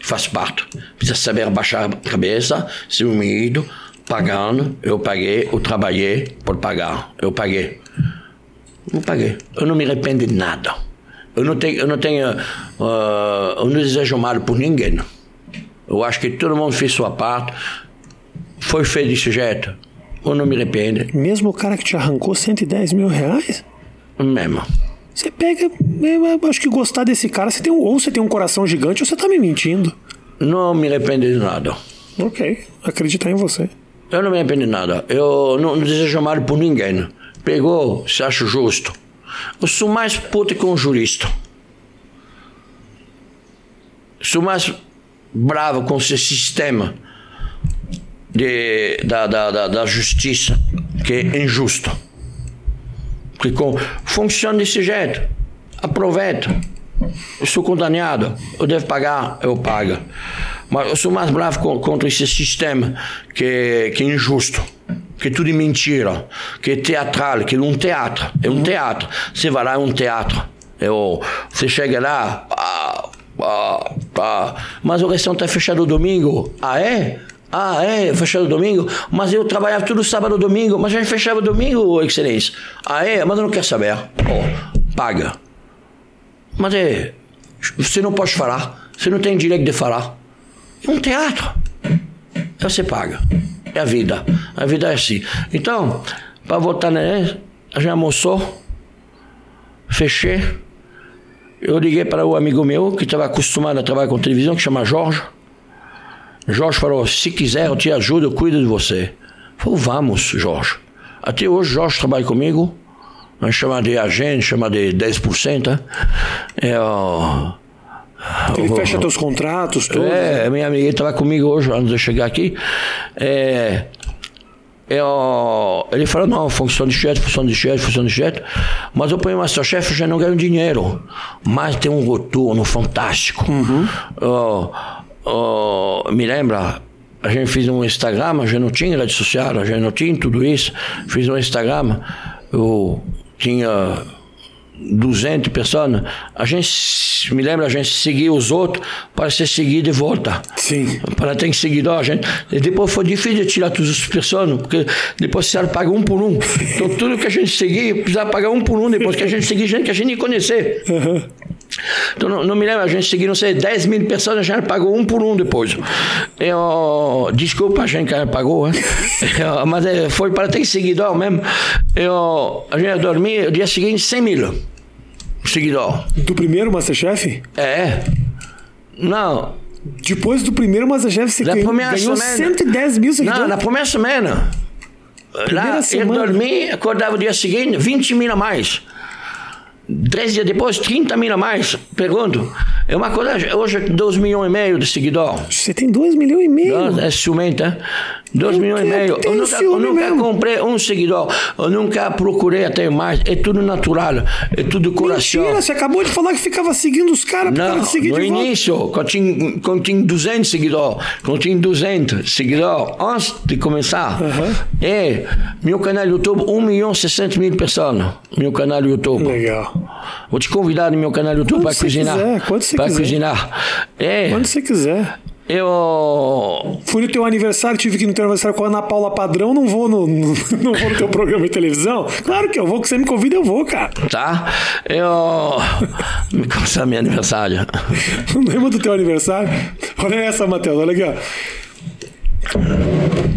[SPEAKER 2] Faz parte. Precisa saber abaixar a cabeça, ser humilde, pagando. Eu paguei, eu trabalhei por pagar. Eu paguei. Eu paguei. Eu não me arrependo de nada. Eu não tenho, eu não tenho, uh, eu não desejo mal por ninguém. Eu acho que todo mundo fez sua parte, foi feito desse jeito. Eu não me arrependo.
[SPEAKER 1] Mesmo o cara que te arrancou 110 mil reais?
[SPEAKER 2] Mesmo.
[SPEAKER 1] Você pega, eu acho que gostar desse cara, você tem um, ou você tem um coração gigante ou você tá me mentindo.
[SPEAKER 2] Não me arrependo de nada.
[SPEAKER 1] Ok, acreditar em você.
[SPEAKER 2] Eu não me arrependo de nada. Eu não, não desejo mal por ninguém. Pegou, se acho justo. Eu sou mais puto que um jurista. Sou mais bravo com esse sistema de, da, da, da, da justiça, que é injusto. Porque com, funciona desse jeito. Aproveita. Eu sou condenado. Eu devo pagar, eu pago. Mas eu sou mais bravo com, contra esse sistema que, que é injusto que é tudo é mentira, que é teatral, que é um teatro, é um teatro. Você vai lá, é um teatro. Eu, você chega lá, ah, ah, ah. mas o restaurante está fechado domingo. Ah, é? Ah, é, fechado domingo? Mas eu trabalhava todo sábado domingo, mas a gente fechava domingo, excelência. Ah, é? Mas eu não quero saber. Oh, paga. Mas é, você não pode falar, você não tem direito de falar. É um teatro. Você paga. É a vida. A vida é assim. Então, para voltar né, a gente almoçou, fechei. Eu liguei para o amigo meu que estava acostumado a trabalhar com televisão, que chama Jorge. Jorge falou: se quiser, eu te ajudo, eu cuido de você. Falou: vamos, Jorge. Até hoje, Jorge trabalha comigo. Nós chama de agente, chama de 10%. Né? Eu,
[SPEAKER 1] ele fecha teus contratos, tudo.
[SPEAKER 2] É, minha amiga estava comigo hoje, antes de eu chegar aqui. É, eu, ele falou, não, funciona de jeito, funciona de jeito, funciona de jeito. Mas eu ponho Masterchef, eu já não ganho dinheiro. Mas tem um retorno fantástico. Uhum. Eu, eu, me lembra, a gente fez um Instagram, a gente não tinha rede social, a gente não tinha tudo isso. Fiz um Instagram, eu tinha... 200 pessoas, a gente, me lembra, a gente seguia os outros para ser seguido e volta.
[SPEAKER 1] Sim.
[SPEAKER 2] Para ter seguidor, a gente. E depois foi difícil tirar todas as pessoas, porque depois precisaram pagar um por um. Então tudo que a gente seguia, precisava pagar um por um, depois que a gente seguia gente que a gente nem conhecer. Uhum. Então, não, não, me lembro, a gente seguiu, não sei, 10 mil pessoas, a gente pagou um por um depois. Eu, desculpa a gente que pagou, hein? Eu, mas é, foi para ter seguidor mesmo. Eu, a gente dormia, o dia seguinte, 100 mil seguidor.
[SPEAKER 1] Do primeiro Masterchef?
[SPEAKER 2] É. Não.
[SPEAKER 1] Depois do primeiro Masterchef, você
[SPEAKER 2] na
[SPEAKER 1] ganhou,
[SPEAKER 2] primeira
[SPEAKER 1] ganhou
[SPEAKER 2] semana.
[SPEAKER 1] 110 mil seguidores?
[SPEAKER 2] né? Não, é na primeira semana.
[SPEAKER 1] Primeira
[SPEAKER 2] Lá,
[SPEAKER 1] semana.
[SPEAKER 2] eu dormi, acordava o dia seguinte, 20 mil a mais. Três dias depois, 30 mil a mais. pergunto. É uma coisa, hoje 2 milhões e meio de seguidor.
[SPEAKER 1] Você tem 2 milhões e meio?
[SPEAKER 2] Dois- É ciumento, hein? 2
[SPEAKER 1] Eu
[SPEAKER 2] milhões e
[SPEAKER 1] tenho-
[SPEAKER 2] meio.
[SPEAKER 1] tenho
[SPEAKER 2] Eu nunca, eu
[SPEAKER 1] ciúme
[SPEAKER 2] nunca
[SPEAKER 1] mesmo.
[SPEAKER 2] comprei um seguidor. Eu nunca procurei até mais. É tudo natural. É tudo coração.
[SPEAKER 1] Mentira, você acabou de falar que ficava seguindo os caras pro cara
[SPEAKER 2] Não,
[SPEAKER 1] te seguir
[SPEAKER 2] no
[SPEAKER 1] de volta.
[SPEAKER 2] início, quando tinha, quando tinha 200 seguidores, quando tinha 200 seguidores, antes de começar, é, meu canal YouTube, 1 milhão e 600 mil pessoas, meu canal YouTube.
[SPEAKER 1] Legal.
[SPEAKER 2] Vou te convidar no meu canal
[SPEAKER 1] Quando
[SPEAKER 2] YouTube para
[SPEAKER 1] você
[SPEAKER 2] cozinhar.
[SPEAKER 1] quiser, quando você
[SPEAKER 2] para
[SPEAKER 1] quiser.
[SPEAKER 2] cozinhar. É,
[SPEAKER 1] Quando você quiser.
[SPEAKER 2] eu...
[SPEAKER 1] Fui no teu aniversário, tive que ir no teu aniversário com a Ana Paula Padrão, não vou no, no- não vou no teu programa de televisão. Claro que eu vou, que você me convida, eu vou, cara.
[SPEAKER 2] Tá? Eu... Me conta meu aniversário.
[SPEAKER 1] Não lembro do teu aniversário? Olha essa, Matheus, olha aqui, ó.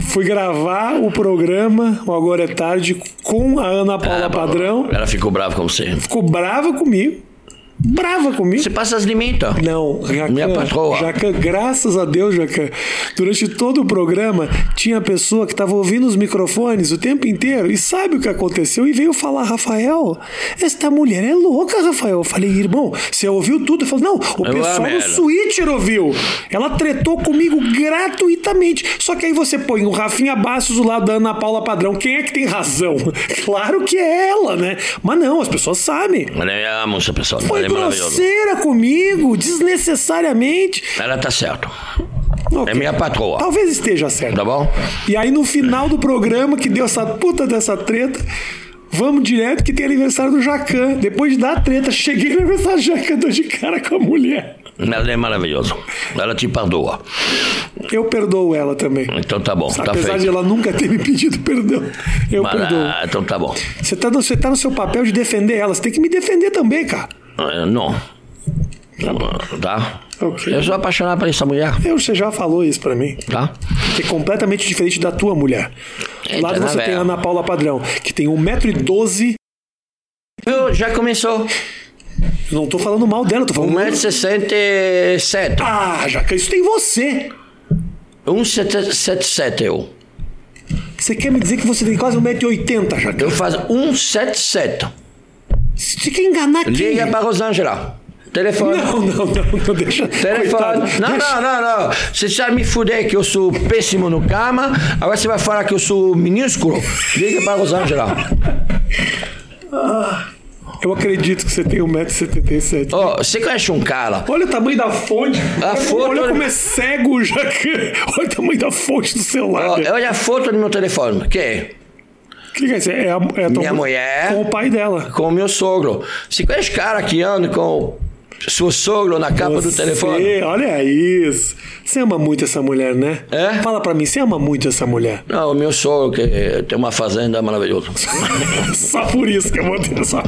[SPEAKER 1] Fui gravar o programa, o Agora é Tarde, com a Ana É, Paula Padrão.
[SPEAKER 2] Ela ficou brava com você.
[SPEAKER 1] Ficou brava comigo. Brava comigo.
[SPEAKER 2] Você passa as limites.
[SPEAKER 1] Não, Jacan,
[SPEAKER 2] Minha patroa.
[SPEAKER 1] Jacan, graças a Deus, Jacan. Durante todo o programa, tinha pessoa que estava ouvindo os microfones o tempo inteiro e sabe o que aconteceu e veio falar, Rafael, esta mulher é louca, Rafael. Eu falei, irmão, você ouviu tudo? Ele falou, não, o
[SPEAKER 2] Eu
[SPEAKER 1] pessoal
[SPEAKER 2] amo
[SPEAKER 1] no
[SPEAKER 2] ela.
[SPEAKER 1] Switcher ouviu. Ela tretou comigo gratuitamente. Só que aí você põe o Rafinha Bastos do lado da Ana Paula Padrão. Quem é que tem razão? Claro que é ela, né? Mas não, as pessoas sabem.
[SPEAKER 2] Ela Eu amo essa pessoa.
[SPEAKER 1] Foi
[SPEAKER 2] Ela é maravilhosa.
[SPEAKER 1] grosseira comigo, desnecessariamente.
[SPEAKER 2] Ela tá certo.
[SPEAKER 1] Ok.
[SPEAKER 2] É minha patroa.
[SPEAKER 1] Talvez esteja certo.
[SPEAKER 2] Tá bom?
[SPEAKER 1] E aí no final do programa, que deu essa puta dessa treta, vamos direto que tem aniversário do Jacan. Depois de dar a treta, cheguei no aniversário do Jacan, tô de cara com a mulher.
[SPEAKER 2] Ela é maravilhosa. Ela te perdoa.
[SPEAKER 1] Eu perdoo ela também.
[SPEAKER 2] Então tá bom, tá
[SPEAKER 1] Apesar de
[SPEAKER 2] feito.
[SPEAKER 1] ela nunca ter me pedido perdão, eu
[SPEAKER 2] Mas,
[SPEAKER 1] perdoo.
[SPEAKER 2] ah, então tá bom.
[SPEAKER 1] Você tá, no, você tá no seu papel de defender ela, você tem que me defender também, cara.
[SPEAKER 2] Ah, Não. Tá?
[SPEAKER 1] Ok.
[SPEAKER 2] Eu sou apaixonado por essa mulher,
[SPEAKER 1] Eu, você já falou isso pra mim.
[SPEAKER 2] tá?
[SPEAKER 1] que é completamente diferente da tua mulher.
[SPEAKER 2] Eita,
[SPEAKER 1] Lá você
[SPEAKER 2] Anabela.
[SPEAKER 1] tem a Ana Paula Padrão, que tem 1,12m.
[SPEAKER 2] Eu já começou.
[SPEAKER 1] Não tô falando mal dela, tô falando.
[SPEAKER 2] 1,67m.
[SPEAKER 1] Ah, Jacan, isso tem você.
[SPEAKER 2] 1,77 eu.
[SPEAKER 1] Você quer me dizer que você tem quase 1,80m, Jacan?
[SPEAKER 2] Eu faço 1,77.
[SPEAKER 1] Você quer enganar quem?
[SPEAKER 2] Liga para Rosângela. Telefone.
[SPEAKER 1] Não, não, não, não, deixa.
[SPEAKER 2] Telefone.
[SPEAKER 1] Coitado,
[SPEAKER 2] Não,
[SPEAKER 1] deixa.
[SPEAKER 2] não, não, não. Você sabe me fuder que eu sou péssimo no cama. Agora você vai falar que eu sou minúsculo. Liga para Rosângela.
[SPEAKER 1] Eu acredito que você tem 1,77m.
[SPEAKER 2] Ó, você conhece um cara?
[SPEAKER 1] Olha o tamanho da fonte.
[SPEAKER 2] A
[SPEAKER 1] olha,
[SPEAKER 2] foto-
[SPEAKER 1] olha como é cego o Jacan. Olha o tamanho da fonte do celular.
[SPEAKER 2] Ó,
[SPEAKER 1] dele.
[SPEAKER 2] olha a foto do meu telefone. Que é?
[SPEAKER 1] Que que é isso? É a, é a tua
[SPEAKER 2] Minha mulher.
[SPEAKER 1] Com o pai dela.
[SPEAKER 2] Com o meu sogro. Você conhece cara que anda com o seu sogro na capa do telefone?
[SPEAKER 1] Você, Olha isso. Você ama muito essa mulher, né?
[SPEAKER 2] É?
[SPEAKER 1] Fala pra mim, você ama muito essa mulher.
[SPEAKER 2] Não, o meu sogro que tem uma fazenda maravilhosa.
[SPEAKER 1] Só por isso que eu vou ter essa.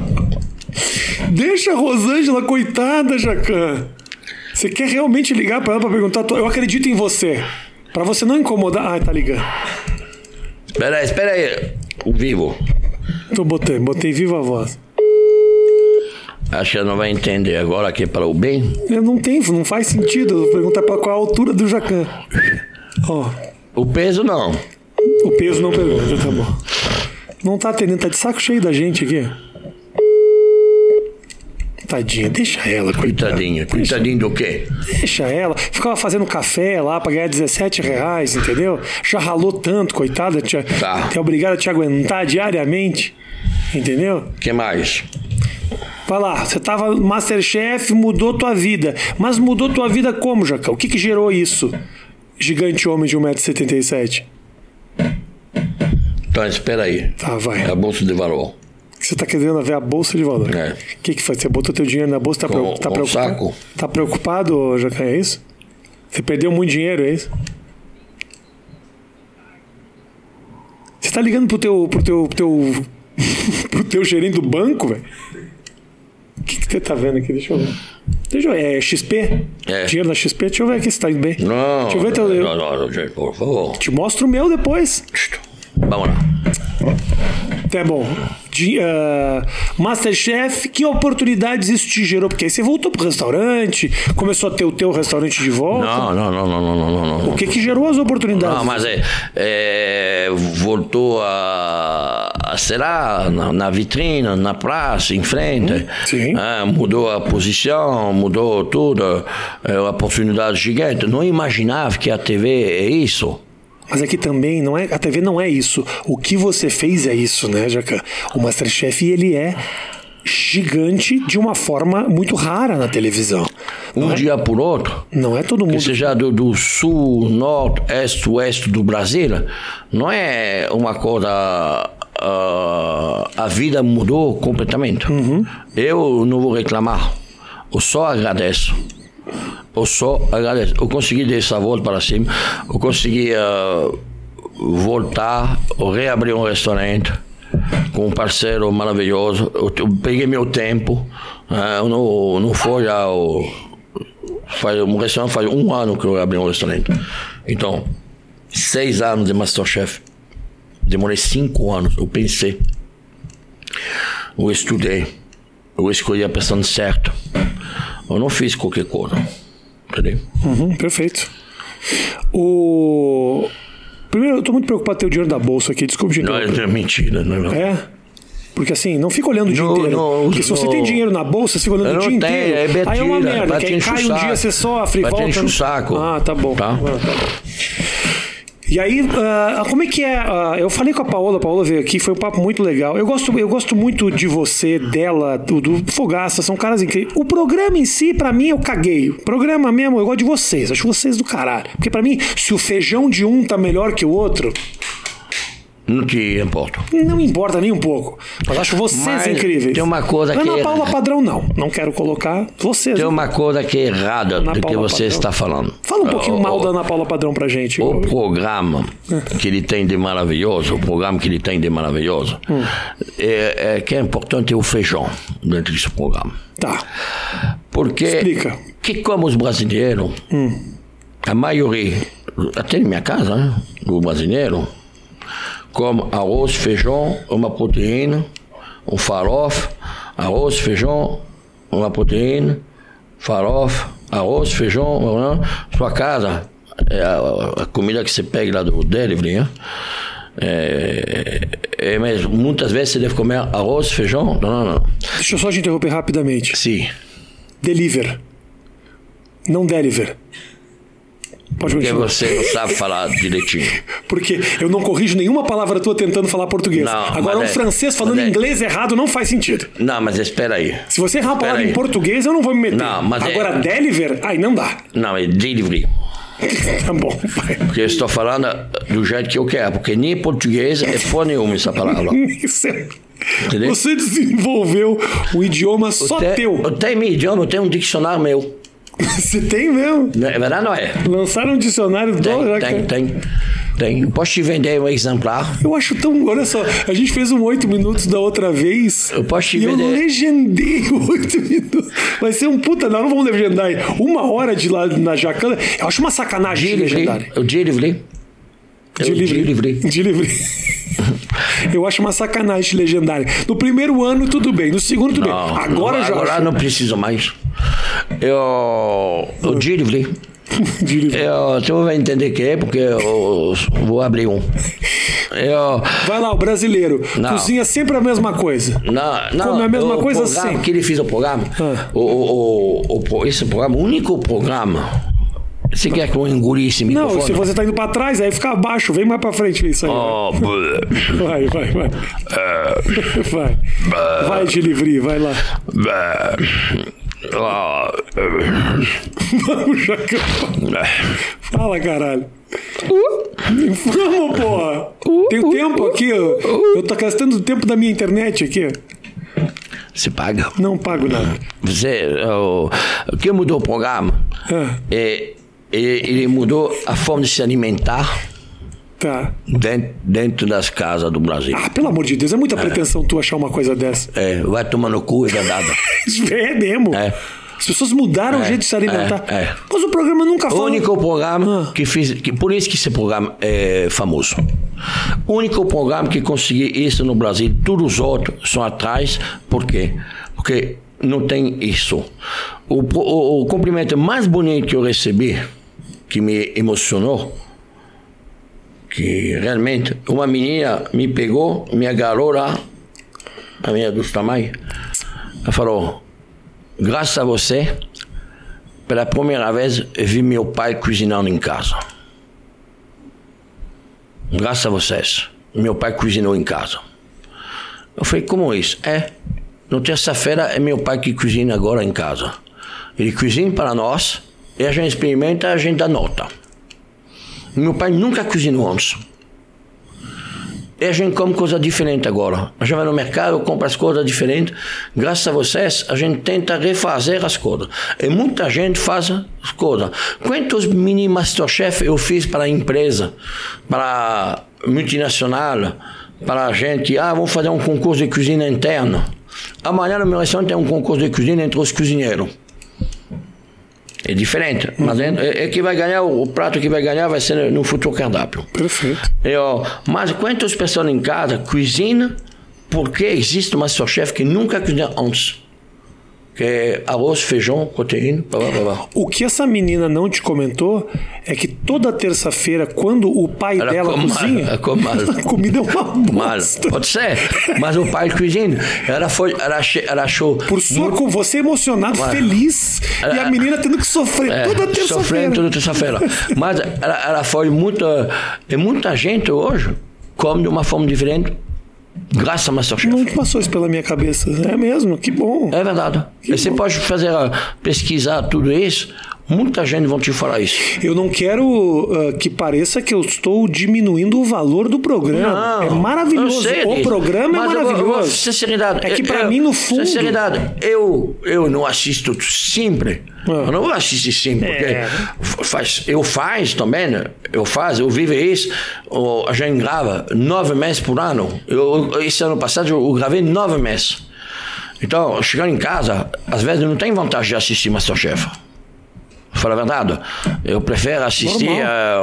[SPEAKER 1] Deixa a Rosângela, coitada, Jacan. Você quer realmente ligar pra ela pra perguntar? to- Eu acredito em você. Pra você não incomodar. Ah, tá ligando.
[SPEAKER 2] Espera aí, espera aí. O vivo.
[SPEAKER 1] Tô botando, botei viva a voz.
[SPEAKER 2] Acho que ela não vai entender agora que é para o bem.
[SPEAKER 1] Eu não tem, não faz sentido. Eu vou perguntar pra qual a altura do Jacan. Ó,
[SPEAKER 2] O peso não.
[SPEAKER 1] o peso não pergunta, tá bom. Não tá atendendo, tá de saco cheio da gente aqui. Tadinha, deixa ela, coitada.
[SPEAKER 2] Coitadinho, coitadinho do quê?
[SPEAKER 1] Deixa ela. Ficava fazendo café lá pra ganhar 17 reais, entendeu? Já ralou tanto, coitada. Te,
[SPEAKER 2] Tá.
[SPEAKER 1] te é obrigado a te aguentar diariamente. Entendeu?
[SPEAKER 2] que mais?
[SPEAKER 1] Vai lá, você tava Masterchef, mudou tua vida. Mas mudou tua vida como, Jacão? O que, que gerou isso? Gigante homem de 1,77m.
[SPEAKER 2] Então espera aí.
[SPEAKER 1] Tá, vai.
[SPEAKER 2] É a bolsa de valor.
[SPEAKER 1] Você tá querendo ver a bolsa de valor. O
[SPEAKER 2] É.
[SPEAKER 1] que que foi? Você botou teu dinheiro na bolsa, tá,
[SPEAKER 2] Com-
[SPEAKER 1] preo- tá
[SPEAKER 2] com o
[SPEAKER 1] preocupado?
[SPEAKER 2] saco.
[SPEAKER 1] Tá preocupado, Jacan, é isso? Você perdeu muito dinheiro, é isso? Você tá ligando pro teu pro teu pro teu, pro teu gerente do banco, velho? O que que você tá vendo aqui? Deixa eu ver. Deixa eu ver. É XP?
[SPEAKER 2] É.
[SPEAKER 1] Dinheiro na XP? Deixa eu ver aqui se tá indo bem.
[SPEAKER 2] Não.
[SPEAKER 1] Deixa eu ver teu...
[SPEAKER 2] Não, não, não, gente, por favor.
[SPEAKER 1] Te mostro o meu depois.
[SPEAKER 2] Vamos lá.
[SPEAKER 1] Tá bom. de ah, Masterchef, que oportunidades isso te gerou? Porque aí você voltou pro restaurante, começou a ter o teu restaurante de volta.
[SPEAKER 2] Não, não, não, não, não, não, não, não.
[SPEAKER 1] O que que gerou as oportunidades?
[SPEAKER 2] Não, mas é, é, voltou a, a sei lá, na, na vitrine, na praça, em frente.
[SPEAKER 1] sim.
[SPEAKER 2] Ah, mudou a posição, mudou tudo. É uma oportunidade gigante. Não imaginava que a TV é isso.
[SPEAKER 1] Mas aqui também não é, a TV não é isso. O que você fez é isso, né, Jacan? O MasterChef ele é gigante de uma forma muito rara na televisão.
[SPEAKER 2] Um dia por outro.
[SPEAKER 1] Não é todo
[SPEAKER 2] Que
[SPEAKER 1] mundo.
[SPEAKER 2] seja do, do sul, norte, este, oeste do Brasil, não é uma coisa. ah, a vida mudou completamente. Eu não vou reclamar. Eu só agradeço. Eu só agradeço. Eu consegui dar essa volta para cima. Eu consegui ah, voltar, reabrir um restaurante com um parceiro maravilhoso. Eu, eu peguei meu tempo. ah, eu não, não foi ao faz um restaurante faz um ano que eu abri um restaurante. Então, seis anos de Masterchef. Demorei cinco anos. Eu pensei. Eu estudei. Eu escolhi a pessoa certa. Eu não fiz qualquer coisa. Entendeu?
[SPEAKER 1] Uhum, perfeito. O. Primeiro, eu tô muito preocupado com ter o dinheiro da bolsa aqui, desculpa, gente.
[SPEAKER 2] Não, é mentira. Não, não.
[SPEAKER 1] É? Porque assim, não fica olhando o dia
[SPEAKER 2] Não,
[SPEAKER 1] inteiro.
[SPEAKER 2] não,
[SPEAKER 1] Porque se você
[SPEAKER 2] não.
[SPEAKER 1] tem dinheiro na bolsa, você fica olhando
[SPEAKER 2] Eu
[SPEAKER 1] o dia
[SPEAKER 2] não tenho,
[SPEAKER 1] inteiro.
[SPEAKER 2] é
[SPEAKER 1] aí é uma
[SPEAKER 2] mentira,
[SPEAKER 1] merda,
[SPEAKER 2] vai
[SPEAKER 1] que
[SPEAKER 2] te
[SPEAKER 1] aí
[SPEAKER 2] encher o
[SPEAKER 1] cai um
[SPEAKER 2] saco.
[SPEAKER 1] dia, você sofre,
[SPEAKER 2] Vai te
[SPEAKER 1] volta.
[SPEAKER 2] encher o saco.
[SPEAKER 1] Ah, tá bom.
[SPEAKER 2] Tá?
[SPEAKER 1] Ah, tá bom. E aí, ah, como é que é? ah, eu falei com a Paola, a Paola veio aqui, foi um papo muito legal. Eu gosto, eu gosto muito de você, dela, do, do Fogaça, são caras incríveis. O programa em si, pra mim, eu caguei. O programa mesmo, eu gosto de vocês, acho vocês do caralho. Porque pra mim, se o feijão de um tá melhor que o outro,
[SPEAKER 2] não te importa.
[SPEAKER 1] não importa nem um pouco. Mas acho vocês
[SPEAKER 2] Mas
[SPEAKER 1] incríveis.
[SPEAKER 2] tem uma coisa
[SPEAKER 1] Ana
[SPEAKER 2] que- é-
[SPEAKER 1] Paula Padrão, não. Não quero colocar vocês.
[SPEAKER 2] Tem uma coisa que é errada
[SPEAKER 1] Na
[SPEAKER 2] do que
[SPEAKER 1] palma,
[SPEAKER 2] você
[SPEAKER 1] papel.
[SPEAKER 2] está falando.
[SPEAKER 1] Fala um pouquinho
[SPEAKER 2] Ah,
[SPEAKER 1] mal
[SPEAKER 2] ah,
[SPEAKER 1] da Ana Paula Padrão pra gente.
[SPEAKER 2] O programa que ele tem de maravilhoso, o programa que ele tem de maravilhoso, é, é que é importante é o feijão dentro desse programa.
[SPEAKER 1] Tá.
[SPEAKER 2] Porque
[SPEAKER 1] Explica.
[SPEAKER 2] que como os brasileiros, a maioria, até em minha casa, né, o brasileiro, come arroz, feijão, uma proteína, um farofa, arroz, feijão, uma proteína, farofa, arroz, feijão, blá, blá. sua casa, é a, a comida que você pega lá do delivery, né? É, é, mas muitas vezes você deve comer arroz, feijão, né, não, não, não.
[SPEAKER 1] Deixa eu só te interromper rapidamente.
[SPEAKER 2] Sim.
[SPEAKER 1] Deliver. Não deliver. Pode
[SPEAKER 2] Porque
[SPEAKER 1] continuar.
[SPEAKER 2] você não sabe falar direitinho.
[SPEAKER 1] Porque eu não corrijo nenhuma palavra tua tentando falar português.
[SPEAKER 2] Não,
[SPEAKER 1] Agora, um
[SPEAKER 2] mas é-
[SPEAKER 1] francês falando
[SPEAKER 2] mas é-
[SPEAKER 1] inglês errado não faz sentido.
[SPEAKER 2] Não, mas espera aí.
[SPEAKER 1] Se você errar uma
[SPEAKER 2] Espera
[SPEAKER 1] palavra em
[SPEAKER 2] aí.
[SPEAKER 1] português, eu não vou me meter.
[SPEAKER 2] Não, mas é-
[SPEAKER 1] Agora, deliver, aí não dá.
[SPEAKER 2] Não, é delivery.
[SPEAKER 1] tá bom, vai.
[SPEAKER 2] Porque eu estou falando do jeito que eu quero, porque nem em português é porra nenhuma essa palavra.
[SPEAKER 1] Isso é-
[SPEAKER 2] Entendeu?
[SPEAKER 1] Você desenvolveu um idioma só
[SPEAKER 2] Tem-
[SPEAKER 1] teu.
[SPEAKER 2] Eu tenho meu idioma, eu tenho um dicionário meu.
[SPEAKER 1] Você tem mesmo.
[SPEAKER 2] Não É verdade, não é?
[SPEAKER 1] Lançaram um dicionário do.
[SPEAKER 2] Tem,
[SPEAKER 1] Olha,
[SPEAKER 2] tem,
[SPEAKER 1] cara.
[SPEAKER 2] tem. tem. Eu Posso te vender um exemplar?
[SPEAKER 1] Eu acho tão. Olha só, a gente fez um 8 minutos da outra vez.
[SPEAKER 2] Eu posso te
[SPEAKER 1] e eu
[SPEAKER 2] vender.
[SPEAKER 1] legendei o 8 minutos. Vai ser um puta. Não, não vamos legendar. aí. Uma hora de lá na Jacana. Eu acho uma sacanagem
[SPEAKER 2] Delivery.
[SPEAKER 1] legendária.
[SPEAKER 2] Eu delivery. Eu delivery.
[SPEAKER 1] De livre. Eu acho uma sacanagem legendária. No primeiro ano, tudo bem. No segundo, tudo
[SPEAKER 2] Não,
[SPEAKER 1] bem. Agora
[SPEAKER 2] não,
[SPEAKER 1] já.
[SPEAKER 2] agora
[SPEAKER 1] acho...
[SPEAKER 2] não preciso mais. Eu. Eu delivery.
[SPEAKER 1] De livre.
[SPEAKER 2] Eu, tu vai entender que é, porque eu vou abrir um. Eu,
[SPEAKER 1] Vai lá, o brasileiro.
[SPEAKER 2] Não.
[SPEAKER 1] Cozinha sempre a mesma coisa.
[SPEAKER 2] não, não,
[SPEAKER 1] Como é a mesma
[SPEAKER 2] o
[SPEAKER 1] coisa, sim.
[SPEAKER 2] programa que ele fez o programa,
[SPEAKER 1] Ah.
[SPEAKER 2] o, o, o- o pro- esse programa, o único programa. Você quer que eu engolisse esse
[SPEAKER 1] Não, se
[SPEAKER 2] microfone?
[SPEAKER 1] você tá indo pra trás, aí fica abaixo. Vem mais pra frente isso aí.
[SPEAKER 2] Oh, bleh,
[SPEAKER 1] Vai, vai, vai.
[SPEAKER 2] É.
[SPEAKER 1] Vai. Vai de livre, vai lá.
[SPEAKER 2] bleh, ah, eh,
[SPEAKER 1] Vamos, Jacão. Fala, caralho. Vamos, porra. Tem o tempo aqui. ó. Eu tô gastando o tempo da minha internet aqui.
[SPEAKER 2] Você paga.
[SPEAKER 1] Não pago nada.
[SPEAKER 2] Você, o, o que mudou o programa?
[SPEAKER 1] Ah,
[SPEAKER 2] É, ele, ele mudou a forma de se alimentar
[SPEAKER 1] tá.
[SPEAKER 2] dentro, dentro das casas do Brasil.
[SPEAKER 1] Ah, pelo amor de Deus, é muita pretensão tu achar uma coisa dessa.
[SPEAKER 2] É, vai tomar no cu e dá dada.
[SPEAKER 1] É mesmo.
[SPEAKER 2] É.
[SPEAKER 1] As pessoas mudaram o
[SPEAKER 2] É,
[SPEAKER 1] jeito de se alimentar.
[SPEAKER 2] é, é.
[SPEAKER 1] Mas o programa nunca
[SPEAKER 2] O
[SPEAKER 1] foi. um Ah.
[SPEAKER 2] único programa que fiz. Que, por isso que esse programa é famoso. Único programa que consegui isso no Brasil, todos os outros são atrás, por quê? Porque não tem isso. O, o, o cumprimento mais bonito que eu recebi, que me emocionou, que realmente uma menina me pegou, me agarrou lá, a minha dos tamanhos, ela falou, graças a você, pela primeira vez eu vi meu pai cozinhando em casa. Graças a vocês, meu pai cozinhou em casa. Eu falei, como isso? É, no terça-feira é meu pai que cozinha agora em casa. Ele cozinha para nós, e a gente experimenta, a gente dá nota. Meu pai nunca cozinhou antes. E a gente come coisa diferente agora. A gente vai no mercado, compra as coisas diferentes. Graças a vocês, a gente tenta refazer as coisas. E muita gente faz as coisas. Quantos mini Masterchef eu fiz para a empresa, para a multinacional, para a gente? Ah, vamos fazer um concurso de cozinha interno. Amanhã no meu restaurante tem um concurso de cozinha entre os cozinheiros. É diferente, mas é, é que vai ganhar, o prato que vai ganhar vai ser no futuro cardápio.
[SPEAKER 1] Perfeito.
[SPEAKER 2] Eu, mas quantas pessoas em casa cozinham porque existe uma sua chefe que nunca cozinhou antes? Que é arroz, feijão, proteína, blá, blá, blá, blá.
[SPEAKER 1] O que essa menina não te comentou é que toda terça-feira, quando o pai
[SPEAKER 2] Ela
[SPEAKER 1] dela
[SPEAKER 2] come mal,
[SPEAKER 1] cozinha,
[SPEAKER 2] ela come mal.
[SPEAKER 1] a comida é uma
[SPEAKER 2] Mal,
[SPEAKER 1] bosta.
[SPEAKER 2] pode ser, mas o pai cozinha. Ela, foi, ela, che- ela achou.
[SPEAKER 1] Por sua, com você é emocionado, feliz, e a menina tendo que sofrer
[SPEAKER 2] É,
[SPEAKER 1] toda terça-feira.
[SPEAKER 2] Sofrendo toda terça-feira. Mas ela, ela foi muita. E muita gente hoje come de uma forma diferente, graças a Masterchef.
[SPEAKER 1] Não passou isso pela minha cabeça. É mesmo, que bom.
[SPEAKER 2] É verdade. E você pode fazer, ah, pesquisar tudo isso, muita gente vai te falar isso.
[SPEAKER 1] Eu não quero ah, que pareça que eu estou diminuindo o valor do programa. é maravilhoso.
[SPEAKER 2] eu sei
[SPEAKER 1] o
[SPEAKER 2] disso.
[SPEAKER 1] programa
[SPEAKER 2] Mas
[SPEAKER 1] é
[SPEAKER 2] eu vou- eu vou-
[SPEAKER 1] maravilhoso.
[SPEAKER 2] sinceridade.
[SPEAKER 1] É que
[SPEAKER 2] eu-
[SPEAKER 1] pra
[SPEAKER 2] eu-
[SPEAKER 1] mim, no fundo-
[SPEAKER 2] Sinceridade, eu, eu não assisto sempre. Eu não vou assistir sempre, porque
[SPEAKER 1] É.
[SPEAKER 2] f- faz, eu faz também, né? eu faz, eu vivo isso, eu- a gente grava nove meses por ano. Eu, eu- esse ano passado eu gravei nove meses. Então, chegando em casa, às vezes não tem vontade de assistir Masterchef. Fala a verdade. Eu prefiro assistir a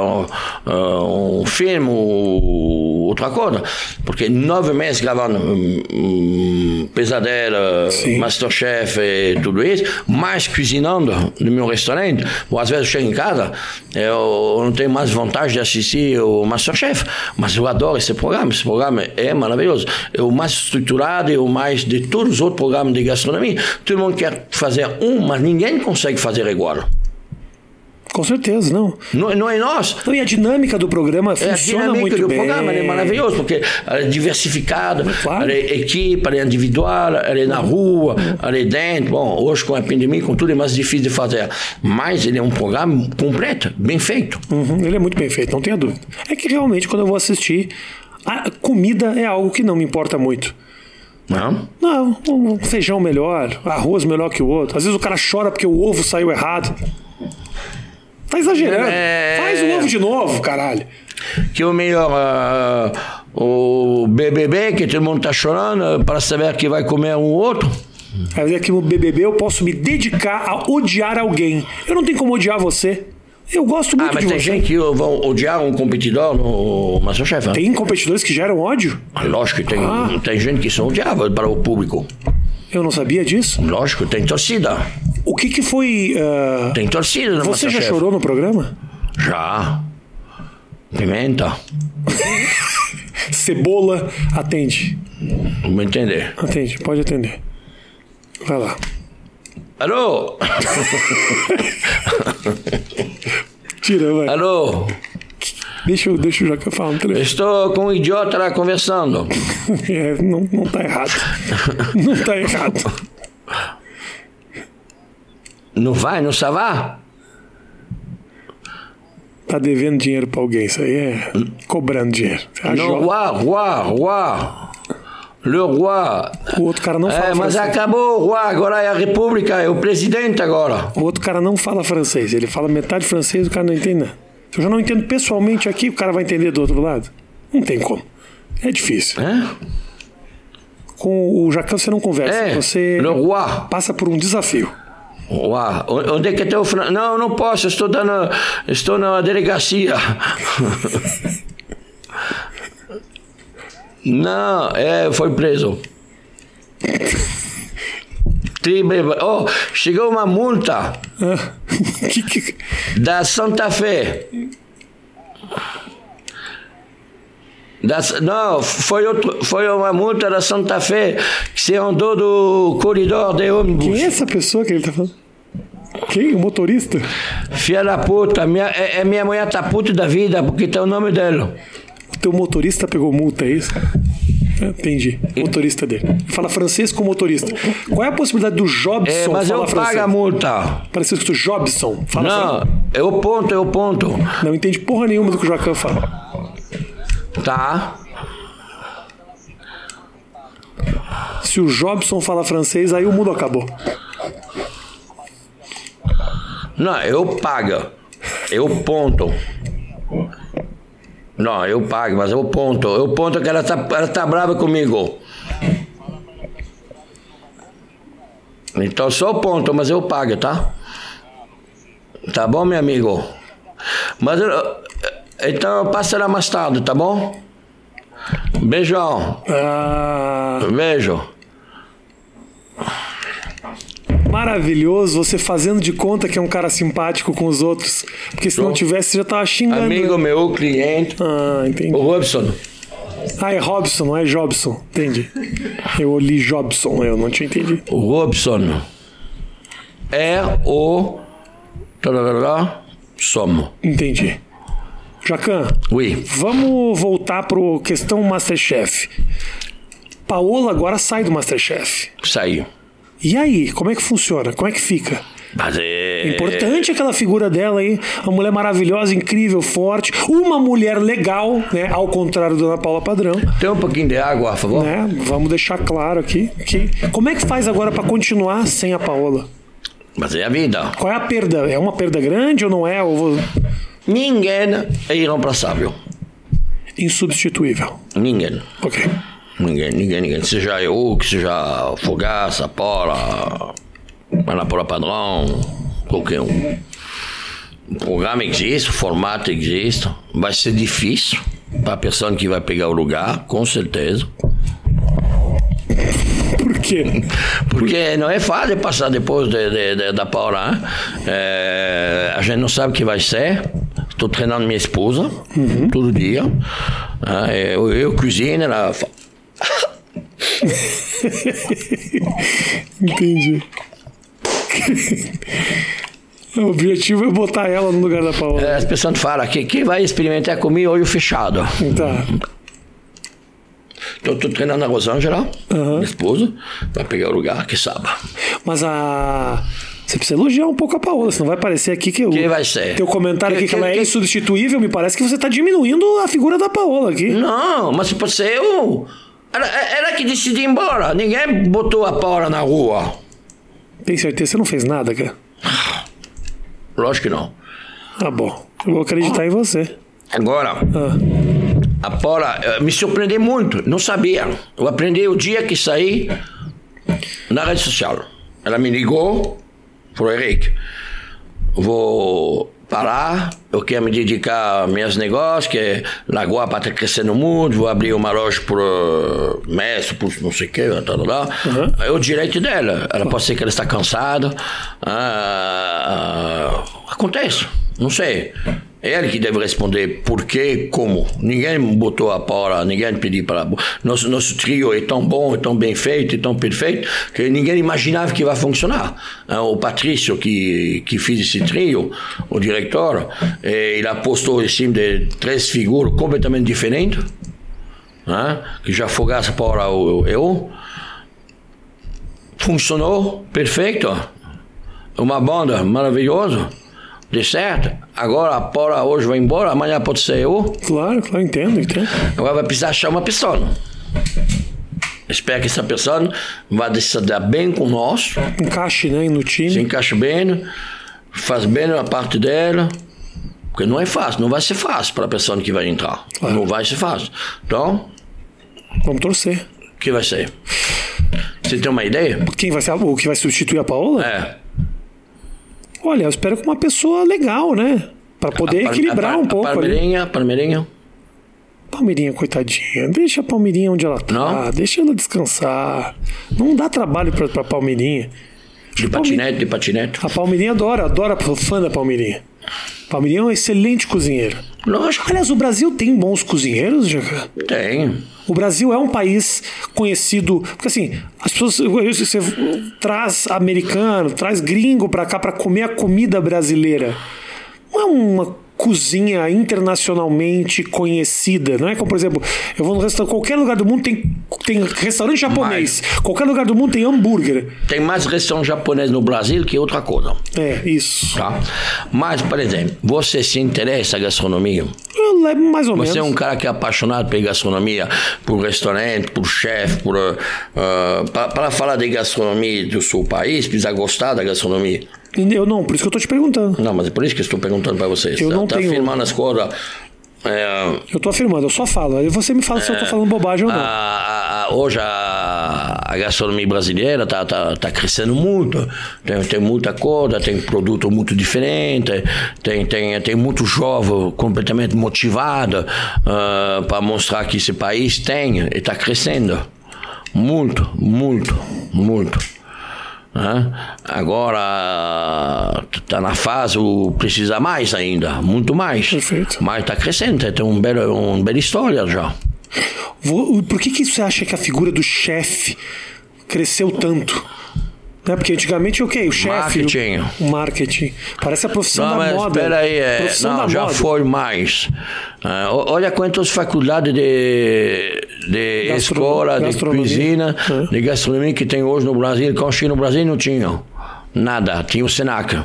[SPEAKER 2] um, a um filme ou outra coisa. Porque nove meses gravando hum, hum, Pesadelo,
[SPEAKER 1] Sim.
[SPEAKER 2] Masterchef e tudo isso, mais cozinhando no meu restaurante, ou às vezes eu chego em casa, eu não tenho mais vontade de assistir o Masterchef. Mas eu adoro esse programa. Esse programa é maravilhoso. É o mais estruturado e o mais de todos os outros programas de gastronomia. Todo mundo quer fazer um, mas ninguém consegue fazer igual.
[SPEAKER 1] Com certeza, não.
[SPEAKER 2] Não, não é nós.
[SPEAKER 1] Então, e a dinâmica do programa
[SPEAKER 2] É a
[SPEAKER 1] funciona
[SPEAKER 2] dinâmica
[SPEAKER 1] muito
[SPEAKER 2] do
[SPEAKER 1] bem.
[SPEAKER 2] programa, ele é maravilhoso, porque ela é diversificada,
[SPEAKER 1] Claro.
[SPEAKER 2] ela é equipe, ela é individual, ela é na rua, ela é dentro. Bom, hoje com a pandemia, com tudo, é mais difícil de fazer. Mas ele é um programa completo, bem feito.
[SPEAKER 1] Uhum, ele é muito bem feito, não tenha dúvida. É que realmente, quando eu vou assistir, a comida é algo que não me importa muito.
[SPEAKER 2] Não?
[SPEAKER 1] Não, um feijão melhor, arroz melhor que o outro. Às vezes o cara chora porque o ovo saiu errado. Tá exagerando.
[SPEAKER 2] É.
[SPEAKER 1] Faz o ovo de novo, caralho.
[SPEAKER 2] Que é o melhor, ah, o BBB, que todo mundo está chorando ah, para saber que vai comer um outro.
[SPEAKER 1] Aí dizer que no BBB eu posso me dedicar a odiar alguém. Eu não tenho como odiar você. Eu gosto
[SPEAKER 2] Ah,
[SPEAKER 1] muito
[SPEAKER 2] mas
[SPEAKER 1] de
[SPEAKER 2] tem
[SPEAKER 1] você.
[SPEAKER 2] gente que vão odiar um competidor no Masterchef. né?
[SPEAKER 1] Tem competidores que geram ódio?
[SPEAKER 2] Ah, Lógico que tem,
[SPEAKER 1] Ah.
[SPEAKER 2] tem gente que são odiável para o público.
[SPEAKER 1] Eu não sabia disso.
[SPEAKER 2] Lógico, tem torcida.
[SPEAKER 1] O que que foi... ah,
[SPEAKER 2] Tem torcida no
[SPEAKER 1] Você já
[SPEAKER 2] Masterchef.
[SPEAKER 1] chorou no programa?
[SPEAKER 2] Já. Pimenta.
[SPEAKER 1] Cebola, atende.
[SPEAKER 2] Vou entender.
[SPEAKER 1] Atende, pode atender. Vai lá.
[SPEAKER 2] Alô?
[SPEAKER 1] Tira, vai.
[SPEAKER 2] Alô?
[SPEAKER 1] Deixa eu, deixa eu já que eu falo no telefone.
[SPEAKER 2] Estou com um idiota lá conversando.
[SPEAKER 1] É, não, não tá errado. Não tá errado.
[SPEAKER 2] Não vai, não savar?
[SPEAKER 1] Tá devendo dinheiro pra alguém, isso aí é cobrando dinheiro. A
[SPEAKER 2] Não,
[SPEAKER 1] jo-
[SPEAKER 2] roi, roi, roi. Le roi.
[SPEAKER 1] O outro cara não fala
[SPEAKER 2] É, mas
[SPEAKER 1] francês.
[SPEAKER 2] acabou o roi, agora é a república, é o presidente agora.
[SPEAKER 1] O outro cara não fala francês. Ele fala metade francês e o cara não entende nada. Se eu já não entendo pessoalmente aqui, o cara vai entender do outro lado? Não tem como. É difícil.
[SPEAKER 2] Hein?
[SPEAKER 1] Com o Jacan você não conversa.
[SPEAKER 2] É,
[SPEAKER 1] Você
[SPEAKER 2] le roi.
[SPEAKER 1] passa por um desafio.
[SPEAKER 2] Uau, onde é que tem o Fran... Não, não posso, estou, dando, estou na delegacia. Não, é, foi preso. Tribe- Oh, chegou uma multa
[SPEAKER 1] Ah, que- que-
[SPEAKER 2] da Santa Fé. Da, S- não, foi, outro, foi uma multa da Santa Fé que se andou do corredor de ônibus.
[SPEAKER 1] Quem é essa pessoa que ele tá falando? Quem? O motorista?
[SPEAKER 2] Filha da puta, minha, é, é minha mulher tá puta da vida porque tem o nome dela.
[SPEAKER 1] O teu motorista pegou multa, é isso? Ah, Entendi. Motorista dele. Fala francês com motorista. Qual é a possibilidade do Jobson
[SPEAKER 2] É, mas eu
[SPEAKER 1] falar francês?
[SPEAKER 2] pago a multa.
[SPEAKER 1] Parece que o Jobson. Fala
[SPEAKER 2] Não,
[SPEAKER 1] francês.
[SPEAKER 2] é o ponto, é o ponto.
[SPEAKER 1] Não entende porra nenhuma do que o Joaquim fala.
[SPEAKER 2] Tá?
[SPEAKER 1] Se o Jobson fala francês, aí o mundo acabou.
[SPEAKER 2] Não, eu pago. Eu ponto. Não, eu pago, mas eu ponto. Eu ponto que ela tá, ela tá brava comigo. Então só ponto, mas eu pago, tá? Tá bom, meu amigo? Mas eu- então passa lá mais tarde, tá bom? Beijão,
[SPEAKER 1] Ah,
[SPEAKER 2] beijo.
[SPEAKER 1] maravilhoso você fazendo de conta que é um cara simpático com os outros. Porque se não
[SPEAKER 2] Bom.
[SPEAKER 1] tivesse, você já tava xingando.
[SPEAKER 2] Amigo meu, cliente,
[SPEAKER 1] Ah, entendi.
[SPEAKER 2] o Robson.
[SPEAKER 1] Ah, é Robson, não é Jobson. Entendi. Eu li Jobson, eu não tinha entendido.
[SPEAKER 2] Robson. R-O. tarará, Som.
[SPEAKER 1] Entendi. Jacan,
[SPEAKER 2] Oui.
[SPEAKER 1] vamos voltar pro questão Masterchef. Paola agora sai do Masterchef.
[SPEAKER 2] Saiu.
[SPEAKER 1] E aí, como é que funciona? Como é que fica?
[SPEAKER 2] Mas é.
[SPEAKER 1] Importante aquela figura dela aí, uma mulher maravilhosa, incrível, forte, uma mulher legal, né? Ao contrário da Ana Paula Padrão,
[SPEAKER 2] Tem um pouquinho de água, por favor?
[SPEAKER 1] né? Vamos deixar claro aqui que como é que faz agora pra continuar sem a Paola?
[SPEAKER 2] Mas é a vida.
[SPEAKER 1] Qual é a perda? É uma perda grande ou não é? Ou vou-
[SPEAKER 2] Ninguém é irreemplaçável.
[SPEAKER 1] insubstituível?
[SPEAKER 2] Ninguém.
[SPEAKER 1] Ok.
[SPEAKER 2] Ninguém, ninguém, ninguém. Seja eu, que seja Fogaça, Paula, Ana Paula Padrão, qualquer um. O programa existe, o formato existe. Vai ser difícil para a pessoa que vai pegar o lugar, com certeza.
[SPEAKER 1] Por quê?
[SPEAKER 2] Porque não é fácil passar depois de, de- de- da Paula. hein? É, a gente não sabe o que vai ser. Estou treinando minha esposa todo dia. Ah, Eu, eu né? cozinho, ela fa-
[SPEAKER 1] Entendi. o objetivo é botar ela no lugar da Paola.
[SPEAKER 2] As pessoas falam que quem vai experimentar comigo olho fechado.
[SPEAKER 1] Tá.
[SPEAKER 2] Então, estou treinando a Rosângela, minha esposa, para pegar o lugar que sabe.
[SPEAKER 1] Mas a. Você precisa elogiar um pouco a Paola, senão vai parecer aqui que o.
[SPEAKER 2] Quem vai ser?
[SPEAKER 1] Teu comentário
[SPEAKER 2] Quem-
[SPEAKER 1] aqui que
[SPEAKER 2] quem-
[SPEAKER 1] ela é
[SPEAKER 2] quem-
[SPEAKER 1] insubstituível, me parece que você tá diminuindo a figura da Paola aqui.
[SPEAKER 2] Não, mas se fosse eu, ela, ela que decidiu ir embora. Ninguém botou a Paula na rua.
[SPEAKER 1] Tem certeza? Você não fez nada, cara?
[SPEAKER 2] Lógico que não.
[SPEAKER 1] Tá bom. Eu vou acreditar em você.
[SPEAKER 2] Agora,
[SPEAKER 1] Ah.
[SPEAKER 2] a Paula eh, me surpreendeu muito. Não sabia. Eu aprendi o dia que saí na rede social. Ela me ligou, falou, Henrique, vou parar, eu quero me dedicar aos meus negócios, que é Lagoa para crescer no mundo, vou abrir uma loja por eh, mês, por não sei o que, tá, tá, tá. é o direito dela. Ela pode ser que ela está cansada. ah, acontece, não sei. É Ela que deve responder por quê, como. Ninguém botou a palavra, ninguém pediu para. Nosso, nosso trio é tão bom, é tão bem feito, é tão perfeito, que ninguém imaginava que vai funcionar. Hein, O Patrício, que, que fez esse trio, o diretor, eh, ele apostou em cima de três figuras completamente diferentes, hein, que já fogasse para o eu. Funcionou perfeito uma banda maravilhosa, de certo. Agora a Paula hoje vai embora, amanhã pode ser eu.
[SPEAKER 1] Claro, claro, entendo, entendo.
[SPEAKER 2] Agora vai precisar achar uma pessoa. Espero que essa pessoa vá se dar bem com nós,
[SPEAKER 1] Encaixe, né, no time.
[SPEAKER 2] se encaixe bem, faz bem a parte dela. Porque não é fácil, não vai ser fácil para a pessoa que vai entrar.
[SPEAKER 1] Claro.
[SPEAKER 2] Não vai ser fácil. Então,
[SPEAKER 1] Vamos torcer.
[SPEAKER 2] o que vai ser? Você tem uma ideia?
[SPEAKER 1] Quem vai ser a- o que vai substituir a Paola?
[SPEAKER 2] É.
[SPEAKER 1] Olha, eu espero que uma pessoa legal, né? Pra poder
[SPEAKER 2] a par-
[SPEAKER 1] equilibrar
[SPEAKER 2] a par-
[SPEAKER 1] um pouco
[SPEAKER 2] A
[SPEAKER 1] ali.
[SPEAKER 2] Palmeirinha, Palmeirinha.
[SPEAKER 1] Palmeirinha, coitadinha. Deixa a Palmeirinha onde ela tá.
[SPEAKER 2] Não?
[SPEAKER 1] Deixa ela descansar. Não dá trabalho pra, pra Palmeirinha.
[SPEAKER 2] De patinete, de patinete.
[SPEAKER 1] A Palmeirinha adora, adora, sou fã da Palmeirinha. Palmeirinha é um excelente cozinheiro.
[SPEAKER 2] Lógico
[SPEAKER 1] Aliás, o Brasil tem bons cozinheiros, Jacan?
[SPEAKER 2] que tem.
[SPEAKER 1] O Brasil é um país conhecido. Porque assim, as pessoas. Você traz americano, traz gringo pra cá pra comer a comida brasileira. Não é uma cozinha internacionalmente conhecida, não é como, por exemplo, eu vou num restaurante, qualquer lugar do mundo tem, tem restaurante japonês, qualquer lugar do mundo tem hambúrguer.
[SPEAKER 2] Tem mais restaurante japonês no Brasil que outra coisa.
[SPEAKER 1] É, isso.
[SPEAKER 2] Tá? Mas, por exemplo, você se interessa à gastronomia?
[SPEAKER 1] Eu levo mais ou
[SPEAKER 2] Você é
[SPEAKER 1] menos.
[SPEAKER 2] um cara que é apaixonado por gastronomia, por restaurante, por chefe, por. ah, para falar de gastronomia do seu país, precisa gostar da gastronomia.
[SPEAKER 1] Eu não, por isso que eu tô te perguntando.
[SPEAKER 2] Não, mas é por isso que eu estou perguntando para vocês.
[SPEAKER 1] Eu
[SPEAKER 2] tá,
[SPEAKER 1] não
[SPEAKER 2] tá
[SPEAKER 1] tenho-
[SPEAKER 2] afirmando as coisas. é,
[SPEAKER 1] Eu tô afirmando, eu só falo. Aí você me fala se eu tô falando bobagem ou
[SPEAKER 2] a-
[SPEAKER 1] não.
[SPEAKER 2] a- a- hoje a, a gastronomia brasileira está tá, tá crescendo muito. Tem, tem muita coisa, tem produto muito diferente, tem, tem, tem muito jovem completamente motivado para mostrar que esse país tem e está crescendo. Muito, muito, muito. né? Agora está na fase o precisa mais ainda, muito mais.
[SPEAKER 1] Perfeito.
[SPEAKER 2] Mas está crescente, tem um belo, uma bela história já.
[SPEAKER 1] Vo- Por que, que você acha que a figura do chefe cresceu tanto? Né? Porque antigamente, ok, o chefe.
[SPEAKER 2] Marketing.
[SPEAKER 1] O, o marketing. Parece a profissão
[SPEAKER 2] Não,
[SPEAKER 1] da
[SPEAKER 2] mas
[SPEAKER 1] moda.
[SPEAKER 2] espera aí, é,
[SPEAKER 1] profissão
[SPEAKER 2] não,
[SPEAKER 1] da
[SPEAKER 2] já
[SPEAKER 1] moda.
[SPEAKER 2] foi mais. Ah, o- olha quantas faculdades de, de
[SPEAKER 1] Gastro-
[SPEAKER 2] escola, de
[SPEAKER 1] gastronomia.
[SPEAKER 2] cozinha,
[SPEAKER 1] É.
[SPEAKER 2] de gastronomia que tem hoje no Brasil, quando cheguei no Brasil não tinham nada, tinha o Senac.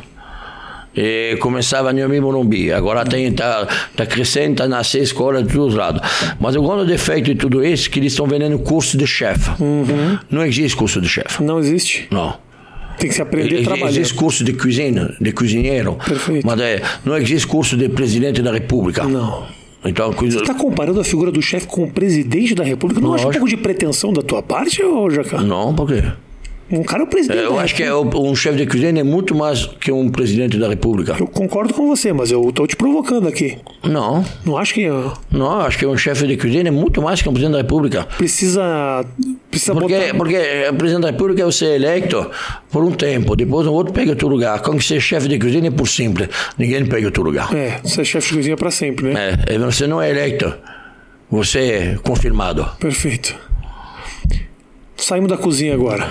[SPEAKER 2] E começava no mesmo Morumbi. Agora tem, tá, tá crescendo, tá nascendo escola de todos os lados. Mas o grande defeito de tudo isso é que eles estão vendendo curso de chefe.
[SPEAKER 1] Uhum.
[SPEAKER 2] Não existe curso de chefe.
[SPEAKER 1] Não existe.
[SPEAKER 2] Não.
[SPEAKER 1] Tem que se aprender
[SPEAKER 2] Ex-
[SPEAKER 1] a trabalhar.
[SPEAKER 2] Existe curso de cozinha, de cozinheiro,
[SPEAKER 1] Perfeito.
[SPEAKER 2] mas é, não existe curso de presidente da república.
[SPEAKER 1] Não.
[SPEAKER 2] Então, coisa-
[SPEAKER 1] Tá comparando a figura do chefe com o presidente da República? Não acha um
[SPEAKER 2] Lógico.
[SPEAKER 1] pouco de pretensão da tua parte, ô Jacá?
[SPEAKER 2] não, por quê?
[SPEAKER 1] Um cara é o presidente.
[SPEAKER 2] Eu
[SPEAKER 1] da
[SPEAKER 2] acho que é o- um chefe de cozinha é muito mais que um presidente da república.
[SPEAKER 1] Eu concordo com você, mas eu tô te provocando aqui.
[SPEAKER 2] Não,
[SPEAKER 1] Não acho que ó,
[SPEAKER 2] não, acho que um chefe de cozinha é muito mais que um presidente da república.
[SPEAKER 1] precisa. Precisa
[SPEAKER 2] Porque,
[SPEAKER 1] botar.
[SPEAKER 2] porque o presidente da república você é eleito por um tempo, depois o outro pega o teu lugar. Quando você é chefe de cozinha é por simples, ninguém pega o teu lugar.
[SPEAKER 1] É, você é chefe de cozinha pra sempre, né?
[SPEAKER 2] É, e você não é eleito, você é confirmado.
[SPEAKER 1] Perfeito. Saímos da cozinha agora.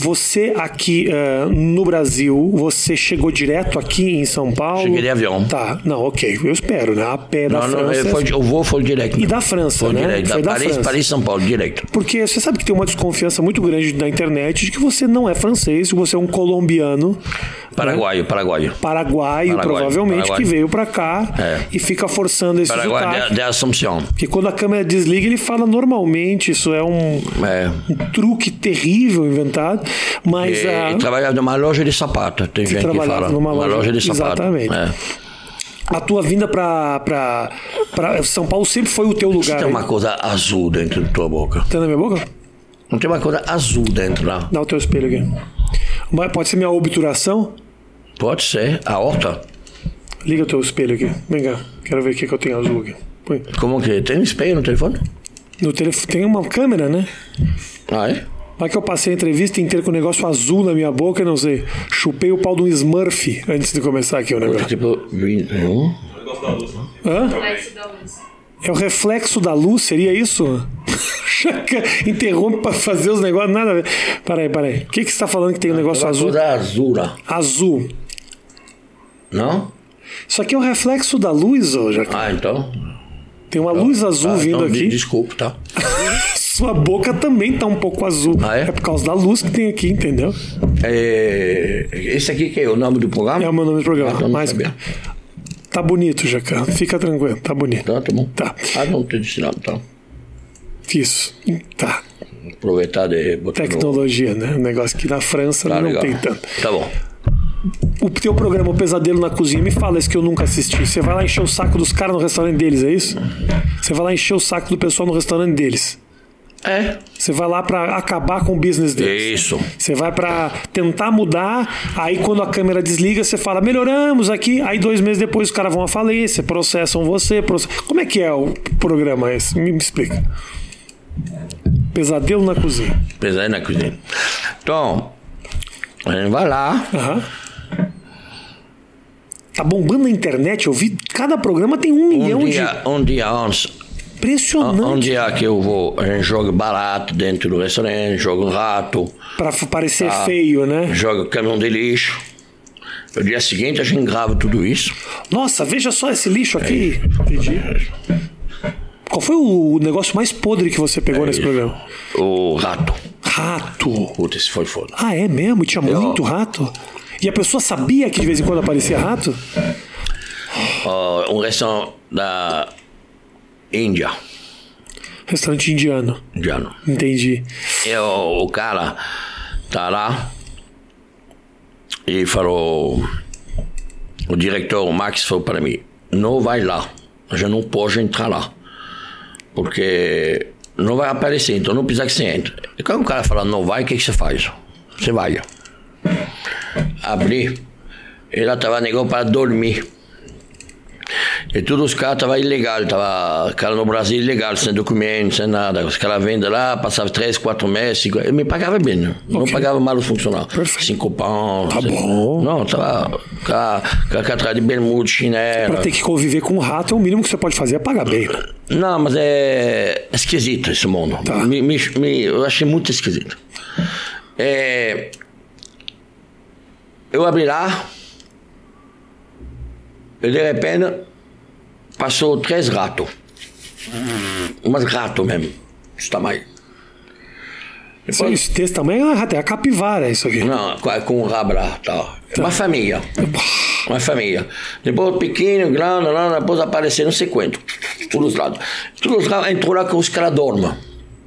[SPEAKER 1] Você aqui eh, no Brasil, você chegou direto aqui em São Paulo?
[SPEAKER 2] Cheguei de avião.
[SPEAKER 1] Tá, não, ok, eu espero, né? A pé da
[SPEAKER 2] Não, não,
[SPEAKER 1] França. assim.
[SPEAKER 2] foi, o voo foi direto.
[SPEAKER 1] E da França,
[SPEAKER 2] Foi
[SPEAKER 1] né?
[SPEAKER 2] direto.
[SPEAKER 1] Foi da
[SPEAKER 2] Da Paris,
[SPEAKER 1] França.
[SPEAKER 2] Paris, São Paulo, direto.
[SPEAKER 1] Porque você sabe que tem uma desconfiança muito grande da internet de que você não é francês, que você é um colombiano, É.
[SPEAKER 2] Paraguaio, Paraguaio.
[SPEAKER 1] paraguaio,
[SPEAKER 2] Paraguai,
[SPEAKER 1] provavelmente,
[SPEAKER 2] Paraguai.
[SPEAKER 1] que veio pra cá
[SPEAKER 2] É. né?
[SPEAKER 1] e fica forçando esse
[SPEAKER 2] Paraguaio
[SPEAKER 1] sotaque.
[SPEAKER 2] de, de Assunção.
[SPEAKER 1] Porque quando a câmera desliga, ele fala normalmente, isso é um,
[SPEAKER 2] É.
[SPEAKER 1] um truque terrível inventado, mas
[SPEAKER 2] E,
[SPEAKER 1] a,
[SPEAKER 2] e trabalhava numa loja de sapato. Tem gente que
[SPEAKER 1] trabalhava
[SPEAKER 2] fala.
[SPEAKER 1] numa
[SPEAKER 2] uma
[SPEAKER 1] loja-
[SPEAKER 2] loja de sapato.
[SPEAKER 1] Exatamente.
[SPEAKER 2] É.
[SPEAKER 1] a tua vinda pra, pra, pra São Paulo sempre foi o teu lugar. né?
[SPEAKER 2] Tem uma coisa azul dentro da tua boca.
[SPEAKER 1] Tá na minha boca?
[SPEAKER 2] Não tem uma coisa azul dentro lá.
[SPEAKER 1] Dá o teu espelho aqui. Mas pode ser minha obturação?
[SPEAKER 2] Pode ser. A horta.
[SPEAKER 1] Liga o teu espelho aqui. Vem cá, quero ver o que, que eu tenho azul aqui. Põe.
[SPEAKER 2] Como que? Tem um espelho no telefone?
[SPEAKER 1] No telefone tem uma câmera, né?
[SPEAKER 2] Ah, é?
[SPEAKER 1] Vai que eu passei a entrevista inteira com um negócio azul na minha boca, não sei. Chupei o pau de um Smurf antes de começar aqui o negócio.
[SPEAKER 2] Tipo, Hum? 21.
[SPEAKER 1] Hã? É o reflexo da luz, seria isso? Chaca, Interrompe pra fazer os negócios, nada a ver. Peraí, peraí. O que, que você tá falando que tem um negócio
[SPEAKER 2] Uma
[SPEAKER 1] azul?
[SPEAKER 2] coisa azul lá.
[SPEAKER 1] Azul.
[SPEAKER 2] Não?
[SPEAKER 1] Isso aqui é o reflexo da luz, ô, Jaca.
[SPEAKER 2] Ah, então.
[SPEAKER 1] Tem uma luz azul
[SPEAKER 2] Ah,
[SPEAKER 1] vindo
[SPEAKER 2] então, de-
[SPEAKER 1] aqui.
[SPEAKER 2] Desculpa, tá?
[SPEAKER 1] Sua boca também tá um pouco azul.
[SPEAKER 2] Ah, é?
[SPEAKER 1] por causa da luz que tem aqui, entendeu?
[SPEAKER 2] É, esse aqui que é o nome do programa?
[SPEAKER 1] É o meu nome do
[SPEAKER 2] Ah,
[SPEAKER 1] programa.
[SPEAKER 2] não
[SPEAKER 1] Mas
[SPEAKER 2] sabia.
[SPEAKER 1] tá bonito, Jacan. Fica tranquilo, tá bonito.
[SPEAKER 2] Tá, tá bom.
[SPEAKER 1] Tá.
[SPEAKER 2] Ah, não te disse nada, tá.
[SPEAKER 1] Isso. Tá.
[SPEAKER 2] Aproveitar de botar no-
[SPEAKER 1] Tecnologia, né? Um negócio que na França
[SPEAKER 2] Tá
[SPEAKER 1] não
[SPEAKER 2] legal.
[SPEAKER 1] tem tanto.
[SPEAKER 2] Tá bom.
[SPEAKER 1] O teu programa O Pesadelo na Cozinha, me fala isso que eu nunca assisti. Você vai lá encher o saco dos caras no restaurante deles, é isso? Você vai lá encher o saco do pessoal no restaurante deles.
[SPEAKER 2] É.
[SPEAKER 1] Você vai lá pra acabar com o business deles.
[SPEAKER 2] Isso.
[SPEAKER 1] Você vai pra tentar mudar, aí quando a câmera desliga, você fala, melhoramos aqui, aí dois meses depois os caras vão à falência, processam você. process- Como é que é o programa esse? Me, me explica. Pesadelo na cozinha.
[SPEAKER 2] Pesar na cozinha. Então, a gente vai lá.
[SPEAKER 1] Aham. Tá bombando a internet, eu vi. Cada programa tem um milhão
[SPEAKER 2] Um
[SPEAKER 1] de.
[SPEAKER 2] dia, um dia antes,
[SPEAKER 1] Impressionante.
[SPEAKER 2] um dia que eu vou, a gente joga barato dentro do restaurante, joga um rato,
[SPEAKER 1] Pra f- parecer feio, né?
[SPEAKER 2] joga caminhão de lixo. No dia seguinte a gente grava tudo isso.
[SPEAKER 1] Nossa, veja só esse lixo aqui. Entendi. Qual foi o negócio mais podre que você pegou nesse programa?
[SPEAKER 2] O rato.
[SPEAKER 1] Rato.
[SPEAKER 2] Puta, esse foi foda.
[SPEAKER 1] Ah, é mesmo? Tinha muito rato? E a pessoa sabia que de vez em quando aparecia rato?
[SPEAKER 2] Ó, um restaurante da Índia,
[SPEAKER 1] Restaurante indiano.
[SPEAKER 2] indiano.
[SPEAKER 1] Entendi.
[SPEAKER 2] E o, o cara tá lá e falou: o diretor, o Max, falou para mim: não vai lá, a gente não pode entrar lá, porque não vai aparecer, então não precisa que você entre. E quando o cara fala não vai, o que, que você faz? Você vai. Abri, ela tava negando para dormir. E todos os caras estavam ilegal, tava cara no Brasil ilegal, sem documento, sem nada. Os caras vendem lá, passavam três, quatro meses, cinco... Eu me pagava bem, né? não pagava mal os funcionários.
[SPEAKER 1] Perfeito.
[SPEAKER 2] Cinco pão. Tá
[SPEAKER 1] Ah, bom.
[SPEAKER 2] Não, tava com a catra de bermuda,
[SPEAKER 1] Pra
[SPEAKER 2] chinelo.
[SPEAKER 1] ter que conviver com um rato, o mínimo que você pode fazer é pagar bem.
[SPEAKER 2] Não, mas é esquisito esse mundo.
[SPEAKER 1] Tá.
[SPEAKER 2] Me- me- me- eu achei muito esquisito. É, eu abri lá, e de repente passou três ratos.
[SPEAKER 1] Hum.
[SPEAKER 2] Mas rato mesmo, desse tamanho.
[SPEAKER 1] Isso, esse texto também é uma rata, é a capivara isso aqui.
[SPEAKER 2] Não, com- com o rabo lá, tal. Uma família. Uma família. Depois pequeno, grande, lá, depois aparecer não sei quanto. Todos os lados. Todos os lados entrou lá que os caras dormem.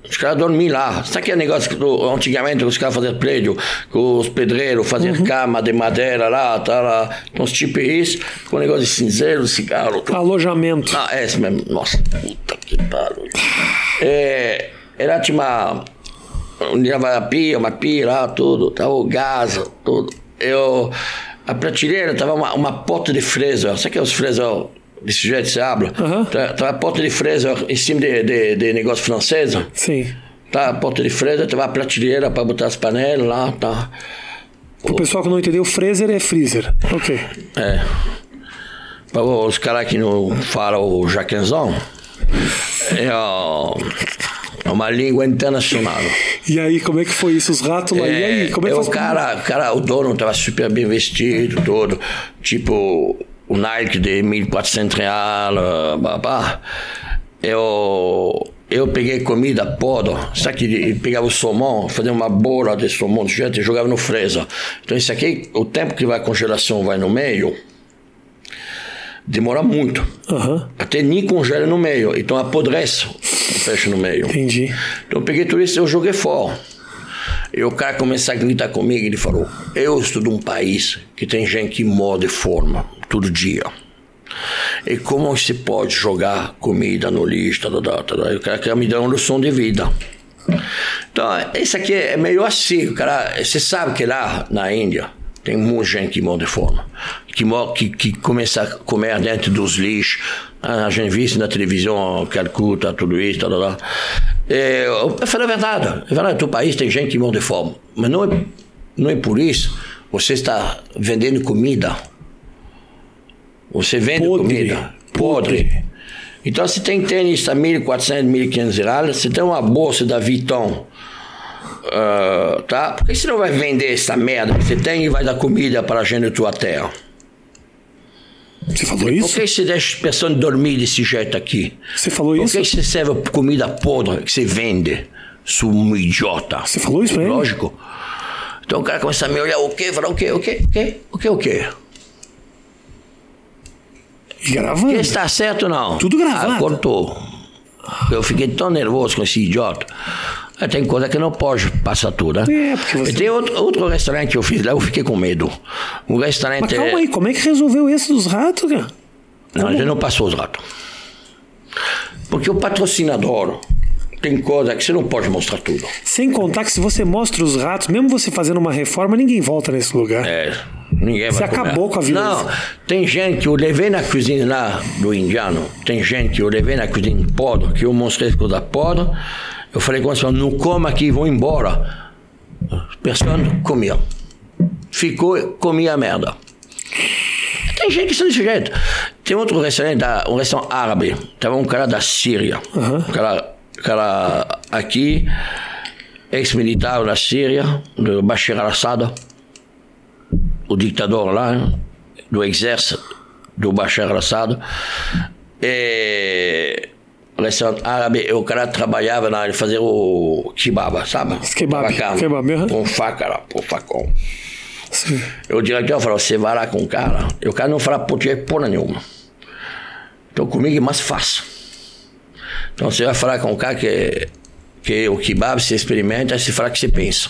[SPEAKER 2] Os caras dormem lá. Sabe aquele negócio que do- antigamente os caras faziam prédio, que os pedreiros faziam cama de madeira lá, tal, lá. Então, tipo isso, com negócio de cinzeiro, cigarro, tudo.
[SPEAKER 1] Alojamento.
[SPEAKER 2] Ah, é esse mesmo. Nossa, puta que pariu. É, era tinha uma. Levava a pia, uma pia lá, tudo. Tava o gás, tudo. Eu, a prateleira tava uma, uma porta de fresa. Sabe que é os fresa desse jeito que você abre?
[SPEAKER 1] Aham.
[SPEAKER 2] Tá- Tava a porta de fresa em cima de, de, de negócio francês.
[SPEAKER 1] Sim.
[SPEAKER 2] Tá a porta de fresa, tava a prateleira para botar as panelas lá, tá.
[SPEAKER 1] Pro pessoal que não entendeu, freezer é freezer. Ok.
[SPEAKER 2] É. Pra os caras que não falam o jaquenzão, é ó, é uma língua internacional.
[SPEAKER 1] E aí, como é que foi isso? Os ratos lá? e aí, como é que
[SPEAKER 2] é
[SPEAKER 1] faz
[SPEAKER 2] o cara, o cara, o dono tava super bem vestido, todo, tipo o Nike de 1.400 real, eh, babá. Eu, eu peguei comida podre, sabe que ele pegava o salmão, fazia uma bola de salmão do jeito e jogava no freezer. Então isso aqui, o tempo que vai a congelação vai no meio, demora muito.
[SPEAKER 1] Aham,
[SPEAKER 2] Até nem congela no meio, então apodrece o peixe no meio.
[SPEAKER 1] entendi.
[SPEAKER 2] Então eu peguei tudo isso e eu joguei fora. E o cara começou a gritar comigo, ele falou, eu estou de um país que tem gente que morre de forma todo dia. E como se pode jogar comida no lixo, tá, tá, tá, tá, tá. o cara quer me dar uma lição de vida. Então, isso aqui é meio assim, o cara, você sabe que lá na Índia tem muita gente que morre de fome, que, morre, que, que começa a comer dentro dos lixos, Ah, a gente viu isso na televisão, Calcuta, tudo isso, tá, tá, tá. É, eu eu falei a verdade, é verdade, teu país tem gente que morre de fome, mas não é, não é por isso, você está vendendo comida, você vende
[SPEAKER 1] Podre.
[SPEAKER 2] comida podre. Então, se tem tênis a 1.400, 1.500 reais, se tem uma bolsa da Vuitton, ah, tá? Por que você não vai vender essa merda que você tem e vai dar comida para a gente da tua terra?
[SPEAKER 1] Você falou
[SPEAKER 2] Por
[SPEAKER 1] isso?
[SPEAKER 2] que você deixa as pessoas dormir desse jeito aqui?
[SPEAKER 1] Você falou
[SPEAKER 2] Por
[SPEAKER 1] isso?
[SPEAKER 2] que você serve comida podre que você vende? Sou um idiota.
[SPEAKER 1] Você falou isso pra ele?
[SPEAKER 2] Lógico. Então o cara começa a me olhar, o quê? Falar o quê? O quê? O quê? O quê? O quê?
[SPEAKER 1] E gravando.
[SPEAKER 2] Esse tá certo não?
[SPEAKER 1] Tudo gravado.
[SPEAKER 2] Ah, cortou. Eu fiquei tão nervoso com esse idiota. Ah, Tem coisa que não pode passar tudo, né?
[SPEAKER 1] É, porque você-
[SPEAKER 2] E Tem outro, outro restaurante que eu fiz lá, eu fiquei com medo. Um restaurante...
[SPEAKER 1] Mas calma aí, como é que resolveu esse dos ratos, cara?
[SPEAKER 2] Não, a gente não passou os ratos. Porque o patrocinador, tem coisa que você não pode mostrar tudo.
[SPEAKER 1] Sem contar que se você mostra os ratos, mesmo você fazendo uma reforma, ninguém volta nesse lugar.
[SPEAKER 2] É, ninguém
[SPEAKER 1] Você
[SPEAKER 2] vai comer.
[SPEAKER 1] acabou com a violência.
[SPEAKER 2] Não, tem gente, eu levei na cozinha lá do indiano, tem gente, eu levei na cozinha em podre, que eu mostrei as coisas podre, eu falei com as pessoas, não coma aqui, vão embora. As pessoas comiam. Ficou, comia merda. Tem gente que são desse jeito. Tem outro restaurante, da- um restaurante árabe. Tava um cara da Síria. Um cara, cara aqui, ex-militar da Síria, do Bashir al-Assad, o ditador lá, hein, do exército do Bashir al-Assad. E restaurante árabe, e o cara trabalhava na, ele fazia o kebab, sabe?
[SPEAKER 1] Kebab,
[SPEAKER 2] Tava cá,
[SPEAKER 1] kebab, né? aham.
[SPEAKER 2] Com faca lá, com facão.
[SPEAKER 1] Sim.
[SPEAKER 2] O diretor falou, você vai lá com o cara, e o cara não fala português porra nenhuma. Então comigo é mais fácil. Então você vai falar com o cara que, que o kebab você experimenta, aí você fala o que você pensa.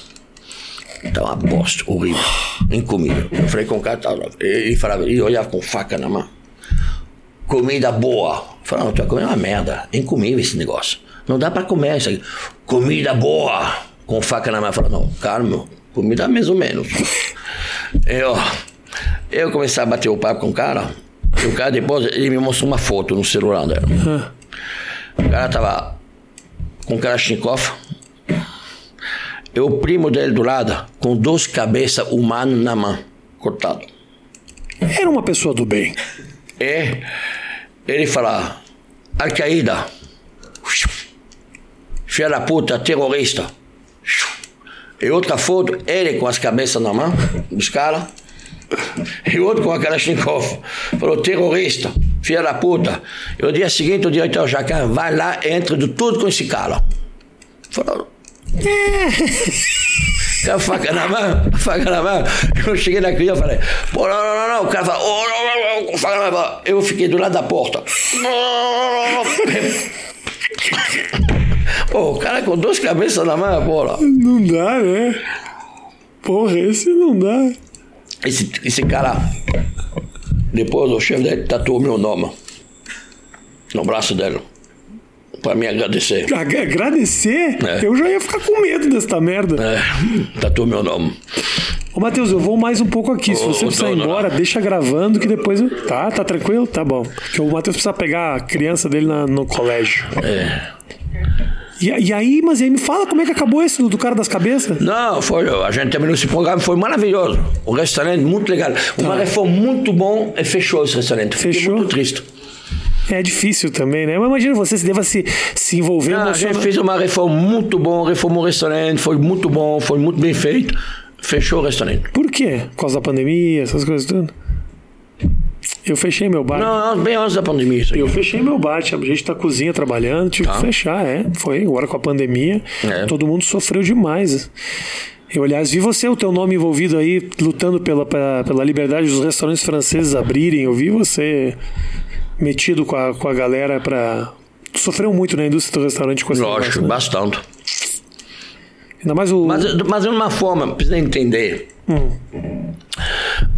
[SPEAKER 2] Então, uma bosta, horrível, incomível. Eu falei com o cara, tá, ele falava, ele olhava com faca na mão. Comida boa. Eu Falava, não, tu vai comer uma merda, é incomível esse negócio. Não dá pra comer isso aqui. Comida boa, com faca na mão. Eu Falava, não, calma, comida mais ou menos. Eu, eu comecei a bater o papo com o cara, e o cara depois, ele me mostrou uma foto no celular dela. O cara tava com um Kalashnikov, e o primo dele do lado, com duas cabeças humanas na mão, cortado.
[SPEAKER 1] Era uma pessoa do bem.
[SPEAKER 2] E É, ele fala, Al-Qaeda, filha da puta, terrorista. E outra foto, ele com as cabeças na mão, dos caras. E outro com a Kalashnikov. Falou, terrorista, filha da puta. E no dia seguinte, o diretor Jacan vai lá, entra de tudo com esse cara. Falou, com a faca na mão, a faca na mão. Eu cheguei na cozinha e falei, pô, não, não, não, não. O cara falou, oh, não, não, não, com a faca na mão. Eu fiquei do lado da porta. Não, não, não, não. Pô, o cara com duas cabeças na mão, porra.
[SPEAKER 1] Não dá, né? Porra, esse não dá.
[SPEAKER 2] Esse, esse cara, depois o chefe dele tatuou meu nome no braço dele, pra me agradecer.
[SPEAKER 1] Ag- Agradecer,
[SPEAKER 2] É.
[SPEAKER 1] eu já ia ficar com medo desta merda.
[SPEAKER 2] É, tatuou meu nome.
[SPEAKER 1] Ô, Matheus, eu vou mais um pouco aqui. Se
[SPEAKER 2] Ô,
[SPEAKER 1] você
[SPEAKER 2] ô,
[SPEAKER 1] precisar ir
[SPEAKER 2] dono. né?
[SPEAKER 1] embora, deixa gravando que depois. eu- Tá, tá tranquilo? Tá bom. Porque o Matheus precisa pegar a criança dele na- no colégio.
[SPEAKER 2] É.
[SPEAKER 1] E, e aí, mas e aí me fala como é que acabou esse do, do cara das cabeças?
[SPEAKER 2] Não, foi, a gente terminou esse programa, foi maravilhoso. O restaurante muito legal. O maré foi muito bom e fechou esse restaurante. Fiquei
[SPEAKER 1] Fechou?
[SPEAKER 2] muito triste.
[SPEAKER 1] É difícil também, né? Mas imagina você se deva se, se envolver
[SPEAKER 2] Ah, a gente
[SPEAKER 1] emocionalmente.
[SPEAKER 2] fez uma reforma muito bom, reformou o restaurante, foi muito bom, foi muito bem feito. Fechou o restaurante.
[SPEAKER 1] Por quê? Por causa da pandemia, essas coisas tudo. Eu fechei meu bar.
[SPEAKER 2] Não, não, bem antes da pandemia isso aí.
[SPEAKER 1] Eu fechei meu bar, tinha gente da cozinha trabalhando, tive que fechar, é. Foi agora com a pandemia,
[SPEAKER 2] Tá. É.
[SPEAKER 1] todo mundo sofreu demais. Eu, aliás, vi você, o teu nome envolvido aí, lutando pela, pela, pela liberdade dos restaurantes franceses abrirem. Eu vi você metido com a, com a galera pra. Tu sofreu muito na indústria do restaurante com esse negócio,
[SPEAKER 2] Lógico,
[SPEAKER 1] né?
[SPEAKER 2] bastante.
[SPEAKER 1] Ainda mais o.
[SPEAKER 2] Mas, mas de uma forma, precisa entender.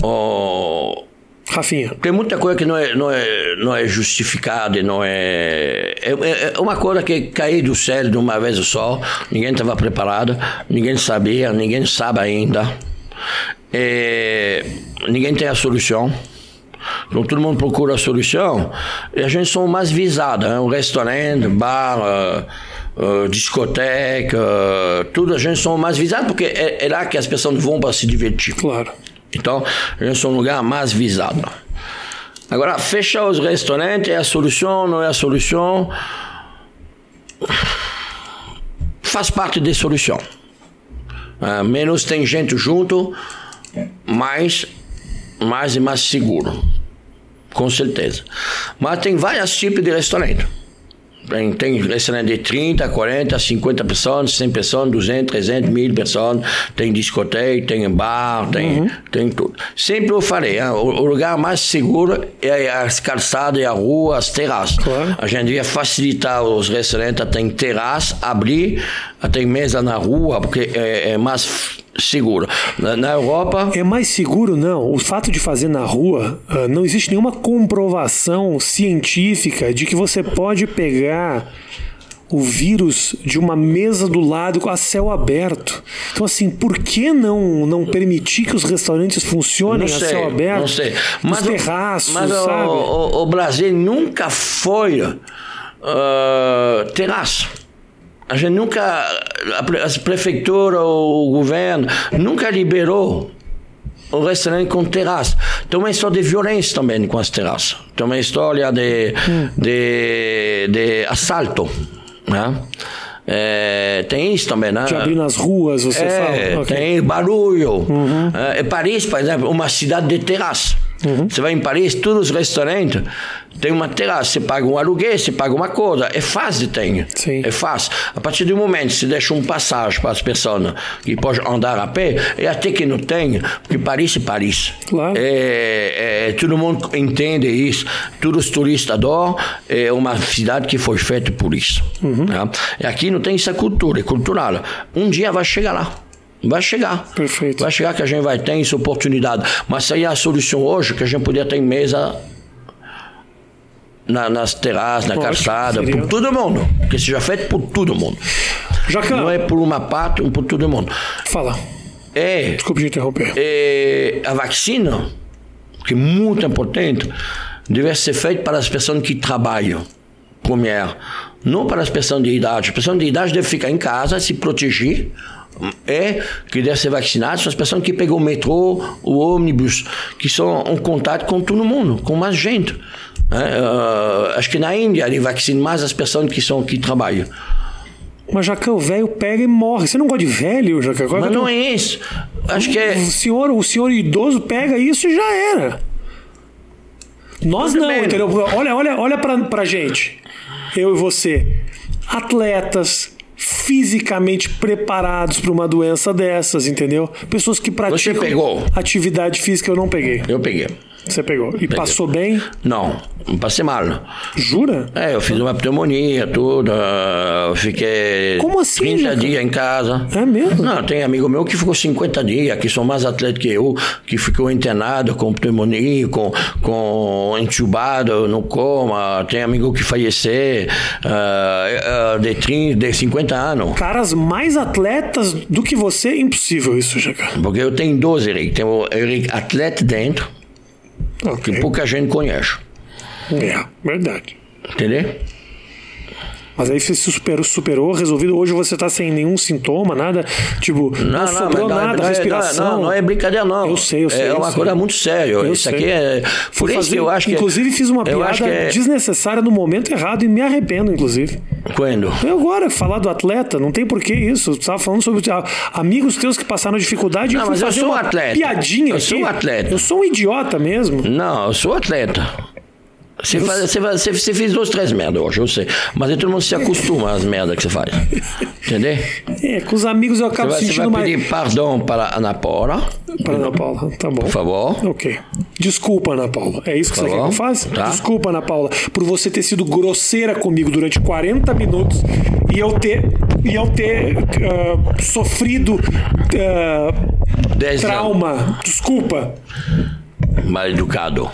[SPEAKER 2] Oh,
[SPEAKER 1] Rafinha.
[SPEAKER 2] tem muita coisa que não é, não é, não é justificada e não é, é. é- é uma coisa que caiu do céu de uma vez só, ninguém estava preparado, ninguém sabia, ninguém sabe ainda. É, ninguém tem a solução. Então todo mundo procura a solução e a gente são mais visada, né? o restaurante, bar, eh, eh, discoteca, eh, tudo a gente são mais visada porque é, é lá que as pessoas vão para se divertir.
[SPEAKER 1] Claro.
[SPEAKER 2] Então, eu sou um lugar mais visado. Agora, fechar os restaurantes é a solução, não é a solução? Faz parte da solução. Ah, menos tem gente junto, mais, mais e mais seguro. Com certeza. Mas tem vários tipos de restaurante. Tem, tem restaurante de 30, 40, 50 pessoas, 100 pessoas, 200, 300, 1000 pessoas. Tem discoteca, tem bar, tem, tem tudo. Sempre eu falei, hein, o, o lugar mais seguro é as calçadas, é a rua, as terraças.
[SPEAKER 1] Claro.
[SPEAKER 2] A gente devia facilitar os restaurantes até em terraça, abrir, até mesa na rua, porque é, é mais f- seguro. Na, na Europa...
[SPEAKER 1] É mais seguro, não. O fato de fazer na rua, ah, não existe nenhuma comprovação científica de que você pode pegar o vírus de uma mesa do lado a céu aberto. Então, assim, por que não, não permitir que os restaurantes funcionem
[SPEAKER 2] Não
[SPEAKER 1] a
[SPEAKER 2] sei,
[SPEAKER 1] céu aberto?
[SPEAKER 2] Não sei.
[SPEAKER 1] os
[SPEAKER 2] o-
[SPEAKER 1] terraços,
[SPEAKER 2] mas o-
[SPEAKER 1] sabe?
[SPEAKER 2] O, o Brasil nunca foi ah, terraço. A gente nunca, a pre- as prefeituras, o governo, nunca liberou o restaurante com terraço. Tem uma história de violência também com as terraças. Tem uma história de,
[SPEAKER 1] Hum.
[SPEAKER 2] de, de assalto. Né? É, tem isso também, né?
[SPEAKER 1] De abrir nas ruas, você
[SPEAKER 2] É,
[SPEAKER 1] fala. Ok. Uhum.
[SPEAKER 2] tem barulho. É, em Paris, por exemplo, uma cidade de terraça. Você vai em Paris, todos os restaurantes têm uma terraça. Você paga um aluguel, você paga uma coisa. É fácil, tem.
[SPEAKER 1] Sim.
[SPEAKER 2] É fácil. A partir do momento que você deixa um passagem para as pessoas que podem andar a pé, e até que não tem, porque Paris é Paris.
[SPEAKER 1] Claro.
[SPEAKER 2] É, é, todo mundo entende isso. Todos os turistas adoram. É uma cidade que foi feita por isso.
[SPEAKER 1] Uhum.
[SPEAKER 2] né? E aqui não tem essa cultura, é cultural. Um dia vai chegar lá. Vai chegar.
[SPEAKER 1] Perfeito.
[SPEAKER 2] Vai chegar que a gente vai ter essa oportunidade. Mas aí a solução hoje que a gente podia ter mesa na- nas terraças, na
[SPEAKER 1] Ótimo,
[SPEAKER 2] calçada,
[SPEAKER 1] seria.
[SPEAKER 2] por todo mundo. Que seja feito por todo mundo.
[SPEAKER 1] Jacan,
[SPEAKER 2] Não é por uma parte, é por todo mundo.
[SPEAKER 1] fala.
[SPEAKER 2] É,
[SPEAKER 1] Desculpe te interromper.
[SPEAKER 2] é, a vacina, que é muito importante, deve ser feita para as pessoas que trabalham, primeiro, não para as pessoas de idade. As pessoas de idade devem ficar em casa, se proteger, e que devem ser vacinadas são as pessoas que pegam o metrô, o ônibus, que são em contato com todo mundo, com mais gente. né? Eh, acho que na Índia eles vacinam mais as pessoas que, são, que trabalham.
[SPEAKER 1] Mas, Jacan, o velho pega e morre. Você não gosta de velho, Jacan? Agora
[SPEAKER 2] Mas
[SPEAKER 1] que eu
[SPEAKER 2] não
[SPEAKER 1] tô-
[SPEAKER 2] é isso. Acho que é.
[SPEAKER 1] O senhor, o senhor idoso pega isso e já era. Nós
[SPEAKER 2] Tudo
[SPEAKER 1] não,
[SPEAKER 2] bem. né?
[SPEAKER 1] entendeu? Olha, olha, olha pra, pra gente. Eu e você. Atletas fisicamente preparados para uma doença dessas, entendeu? Pessoas que praticam
[SPEAKER 2] pegou.
[SPEAKER 1] atividade física, eu não peguei.
[SPEAKER 2] Eu peguei.
[SPEAKER 1] Você pegou. E passou bem?
[SPEAKER 2] Não, passei mal.
[SPEAKER 1] Jura?
[SPEAKER 2] É, eu fiz uma pneumonia, tudo. ah, eu Fiquei
[SPEAKER 1] Como assim,
[SPEAKER 2] 30
[SPEAKER 1] Juca?
[SPEAKER 2] dias em casa.
[SPEAKER 1] É mesmo?
[SPEAKER 2] Não, tem amigo meu que ficou 50 dias, que são mais atletas que eu, que ficou internado com pneumonia, com, com entubado no coma. Tem amigo que faleceu ah, ah, de, 30, de 50 anos.
[SPEAKER 1] Caras mais atletas do que você? Impossível isso, Jacan.
[SPEAKER 2] Porque eu tenho 12, Eric. Tem o Eric atleta dentro, que um
[SPEAKER 1] Ok.
[SPEAKER 2] pouca gente conhece.
[SPEAKER 1] É, verdade.
[SPEAKER 2] Entendeu?
[SPEAKER 1] Mas aí você se superou, superou, resolvido. Hoje você tá sem nenhum sintoma, nada. Tipo, não, sobrou
[SPEAKER 2] mas
[SPEAKER 1] nada,
[SPEAKER 2] é-
[SPEAKER 1] respiração.
[SPEAKER 2] Não, não é brincadeira, não.
[SPEAKER 1] Eu sei, eu sei,
[SPEAKER 2] É
[SPEAKER 1] eu
[SPEAKER 2] uma
[SPEAKER 1] sei.
[SPEAKER 2] coisa muito séria.
[SPEAKER 1] Eu
[SPEAKER 2] isso
[SPEAKER 1] sei.
[SPEAKER 2] aqui é. Por
[SPEAKER 1] Fui
[SPEAKER 2] isso
[SPEAKER 1] fazer-
[SPEAKER 2] que eu acho que.
[SPEAKER 1] Inclusive, fiz uma
[SPEAKER 2] eu acho
[SPEAKER 1] piada
[SPEAKER 2] que é-
[SPEAKER 1] desnecessária no momento errado e me arrependo, inclusive.
[SPEAKER 2] Quando?
[SPEAKER 1] Eu agora, falar do atleta, não tem porquê isso. Eu estava falando sobre ah, amigos teus que passaram dificuldade e eu
[SPEAKER 2] Não,
[SPEAKER 1] fui
[SPEAKER 2] mas eu
[SPEAKER 1] fazer
[SPEAKER 2] sou um
[SPEAKER 1] uma
[SPEAKER 2] atleta.
[SPEAKER 1] piadinha
[SPEAKER 2] Eu sou
[SPEAKER 1] aqui.
[SPEAKER 2] atleta.
[SPEAKER 1] Eu sou um idiota mesmo.
[SPEAKER 2] Não, eu sou atleta. Você, faz, você, faz- você, você fez dois, três merdas hoje, eu sei. Mas aí todo mundo se acostuma às merdas que você faz. Entendeu?
[SPEAKER 1] É, com os amigos eu
[SPEAKER 2] Hum? Você
[SPEAKER 1] acabo
[SPEAKER 2] vai, você
[SPEAKER 1] sentindo
[SPEAKER 2] vai
[SPEAKER 1] mais...
[SPEAKER 2] pedir pardão para a Ana Paula,
[SPEAKER 1] Para Ana Paula, tá bom.
[SPEAKER 2] por favor.
[SPEAKER 1] Ok. Desculpa, Ana Paula. É isso que
[SPEAKER 2] Tá
[SPEAKER 1] você quer que
[SPEAKER 2] bom,
[SPEAKER 1] eu faça?
[SPEAKER 2] tá.
[SPEAKER 1] Desculpa, Ana Paula, por você ter sido grosseira comigo durante 40 minutos e eu ter, e eu ter ah, sofrido ah,
[SPEAKER 2] Dez anos.
[SPEAKER 1] trauma. Desculpa.
[SPEAKER 2] Mal educado.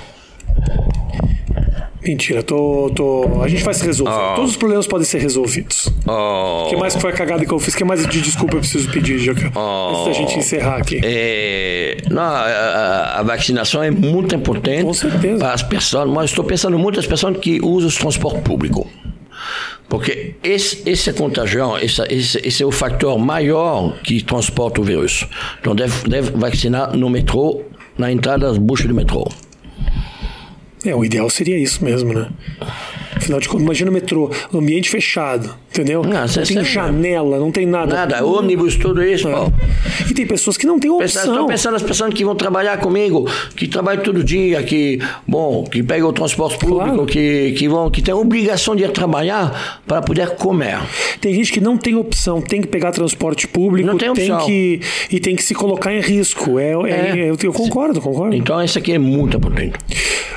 [SPEAKER 1] Mentira, tô, tô. A gente vai se resolver. Todos os problemas podem ser resolvidos.
[SPEAKER 2] Oh.
[SPEAKER 1] O que mais que foi a cagada que eu fiz? O que mais de desculpa eu preciso pedir, Joca?
[SPEAKER 2] Oh.
[SPEAKER 1] Antes da gente encerrar aqui.
[SPEAKER 2] É, não, a, a- a vacinação é muito importante
[SPEAKER 1] Com certeza.
[SPEAKER 2] para as pessoas, mas estou pensando muito nas pessoas que usam o transporte público. Porque esse, esse é contagião, esse, esse, esse é o fator maior que transporta o vírus. Então deve, deve vacinar no metrô, na entrada das buchas do metrô.
[SPEAKER 1] É, o ideal seria isso mesmo, né? Afinal de contas, imagina o metrô, ambiente fechado, entendeu?
[SPEAKER 2] Não,
[SPEAKER 1] Não,
[SPEAKER 2] cê-
[SPEAKER 1] tem
[SPEAKER 2] cê-
[SPEAKER 1] janela, não tem nada.
[SPEAKER 2] Nada, ônibus, tudo isso.
[SPEAKER 1] É.
[SPEAKER 2] pô.
[SPEAKER 1] E tem pessoas que não têm
[SPEAKER 2] Estou
[SPEAKER 1] opção.
[SPEAKER 2] pensando nas pessoas que vão trabalhar comigo, que trabalham todo dia, que, bom, que pegam o transporte público,
[SPEAKER 1] Claro.
[SPEAKER 2] que, que vão, que têm a obrigação de ir trabalhar para poder comer.
[SPEAKER 1] Tem gente que não tem opção, tem que pegar transporte público,
[SPEAKER 2] Não tem opção.
[SPEAKER 1] que e tem que se colocar em risco. É, é-
[SPEAKER 2] É.
[SPEAKER 1] Eu, eu concordo, concordo.
[SPEAKER 2] Então, isso aqui é muito importante.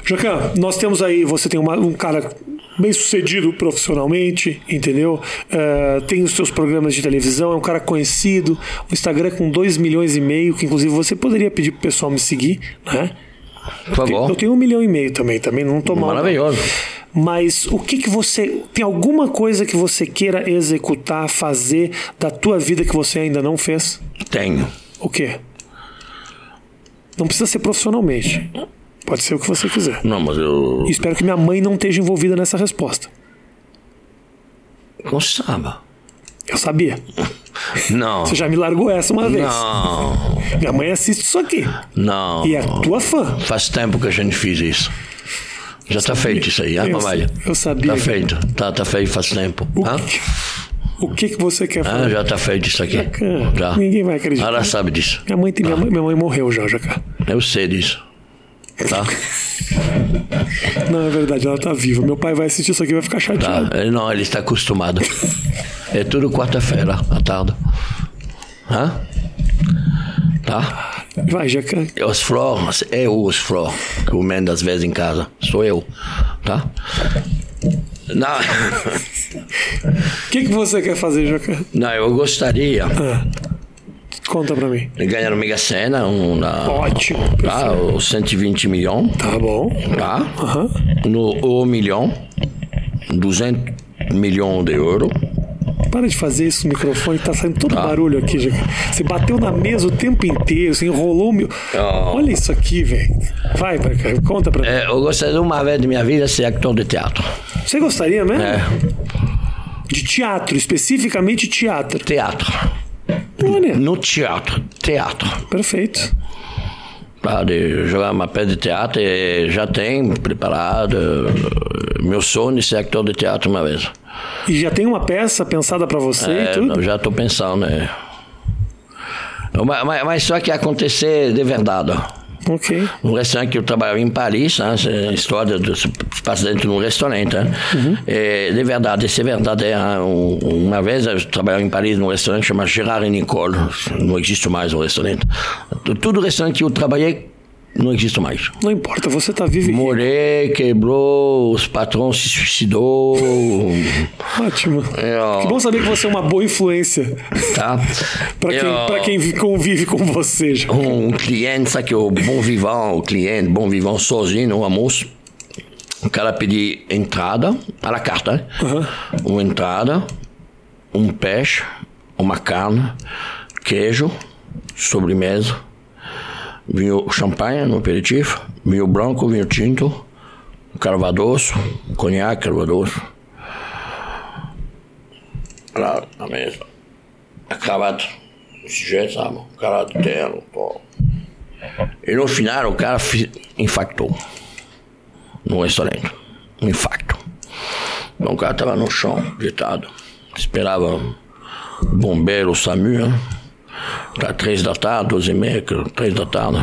[SPEAKER 1] Jacan, nós temos aí, você tem uma- um cara bem sucedido profissionalmente, entendeu? Eh, tem os seus programas de televisão, é um cara conhecido, o Instagram com 2 milhões e meio, que inclusive você poderia pedir pro pessoal me seguir, né?
[SPEAKER 2] Por favor.
[SPEAKER 1] Eu tenho um milhão e meio também, também não tô mal. não.
[SPEAKER 2] Maravilhoso.
[SPEAKER 1] Mas o que que você tem alguma coisa que você queira executar, fazer da tua vida que você ainda não fez?
[SPEAKER 2] Tenho.
[SPEAKER 1] O quê? Não precisa ser profissionalmente. Pode ser o que você quiser.
[SPEAKER 2] Não, mas eu.
[SPEAKER 1] E espero que minha mãe não esteja envolvida nessa resposta.
[SPEAKER 2] Gostava.
[SPEAKER 1] Eu sabia.
[SPEAKER 2] Não.
[SPEAKER 1] Você já me largou essa uma vez.
[SPEAKER 2] Não.
[SPEAKER 1] Minha mãe assiste isso aqui.
[SPEAKER 2] Não.
[SPEAKER 1] E é tua fã.
[SPEAKER 2] Faz tempo que a gente fez isso. Já está feito isso aí, ah,
[SPEAKER 1] Eu-
[SPEAKER 2] Mamalha?
[SPEAKER 1] eu sabia.
[SPEAKER 2] Tá feito. Tá, tá feito faz tempo.
[SPEAKER 1] O,
[SPEAKER 2] Hã?
[SPEAKER 1] que, o que que você quer
[SPEAKER 2] Ah,
[SPEAKER 1] falar?
[SPEAKER 2] já tá feito isso aqui.
[SPEAKER 1] Cara,
[SPEAKER 2] Já.
[SPEAKER 1] Ninguém vai acreditar.
[SPEAKER 2] Ela sabe disso.
[SPEAKER 1] Minha mãe, tem- minha mãe- minha mãe morreu já, Jacá.
[SPEAKER 2] Eu sei disso. Tá?
[SPEAKER 1] Não, é verdade, ela tá viva. Meu pai vai assistir isso aqui e vai ficar chateado.
[SPEAKER 2] Tá. Ele- Não, ele está acostumado. É tudo quarta-feira, à tarde. Hã? Tá?
[SPEAKER 1] Vai, Jacá.
[SPEAKER 2] E Os flores, eu os flores, que eu mando às vezes em casa. Sou eu. Tá? Não.
[SPEAKER 1] O que, que você quer fazer, Jacá?
[SPEAKER 2] Não, eu gostaria
[SPEAKER 1] Conta pra mim.
[SPEAKER 2] de ganhar uma Mega Sena, um na,
[SPEAKER 1] Ótimo.
[SPEAKER 2] tá, os 120 milhões,
[SPEAKER 1] Tá bom.
[SPEAKER 2] tá?
[SPEAKER 1] Aham.
[SPEAKER 2] No 1 milhão, 200 milhões de euros.
[SPEAKER 1] Para de fazer isso no microfone, tá saindo todo barulho aqui, Jacá. Você bateu na mesa o tempo inteiro, você enrolou o meu.
[SPEAKER 2] Ah.
[SPEAKER 1] Olha isso aqui, velho. Vai, Jacá, conta pra mim.
[SPEAKER 2] É, eu gostaria uma vez da minha vida ser ator de teatro.
[SPEAKER 1] Você gostaria mesmo?
[SPEAKER 2] É,
[SPEAKER 1] De teatro, especificamente teatro.
[SPEAKER 2] teatro.
[SPEAKER 1] Olha,
[SPEAKER 2] No teatro, teatro.
[SPEAKER 1] perfeito.
[SPEAKER 2] Tá, de jogar uma peça de teatro e já tem preparado. eh, Meu sonho é ser ator de teatro uma vez.
[SPEAKER 1] E já tem uma peça pensada pra você e
[SPEAKER 2] É,
[SPEAKER 1] tudo?
[SPEAKER 2] eu já estou pensando, é. Mas, mas- mas só que acontecer de verdade.
[SPEAKER 1] Ok.
[SPEAKER 2] Um restaurante que eu trabalhava em Paris, né? essa é a história do, se passa dentro de um restaurante. Né?
[SPEAKER 1] Uhum.
[SPEAKER 2] É, de verdade, isso é verdade. é, ah, um- uma vez eu trabalhava em Paris num restaurante chamado Gerard e Nicole. Não existe mais o restaurante. Tu- Tudo restaurante que eu trabalhei não existe mais.
[SPEAKER 1] Não importa, você tá vivo. e rico.
[SPEAKER 2] Morei, quebrou, os patrões se suicidou.
[SPEAKER 1] Ótimo.
[SPEAKER 2] Eu-
[SPEAKER 1] Que bom saber que você é uma boa influência
[SPEAKER 2] tá?
[SPEAKER 1] pra quem,
[SPEAKER 2] Eu-
[SPEAKER 1] pra quem vi- convive com você. já.
[SPEAKER 2] um cliente, sabe que o bom vivant, o cliente bom vivant sozinho, um almoço, o cara pediu entrada, à la carte, hein? uma entrada, um peixe, uma carne, queijo, sobremesa, vinho champanhe no aperitivo, vinho branco, vinho tinto, calvadoço, conhaque, calvadoço. Lá na mesa, a cravata esse jeito, sabe? O cara dela, pô. E no final o cara fi- infartou. No restaurante. Um infarto. Então o cara tava no chão, deitado. Esperava o bombeiro, o SAMU, hein. né? Tá três da tarde, doze e meia, que- três da tarde.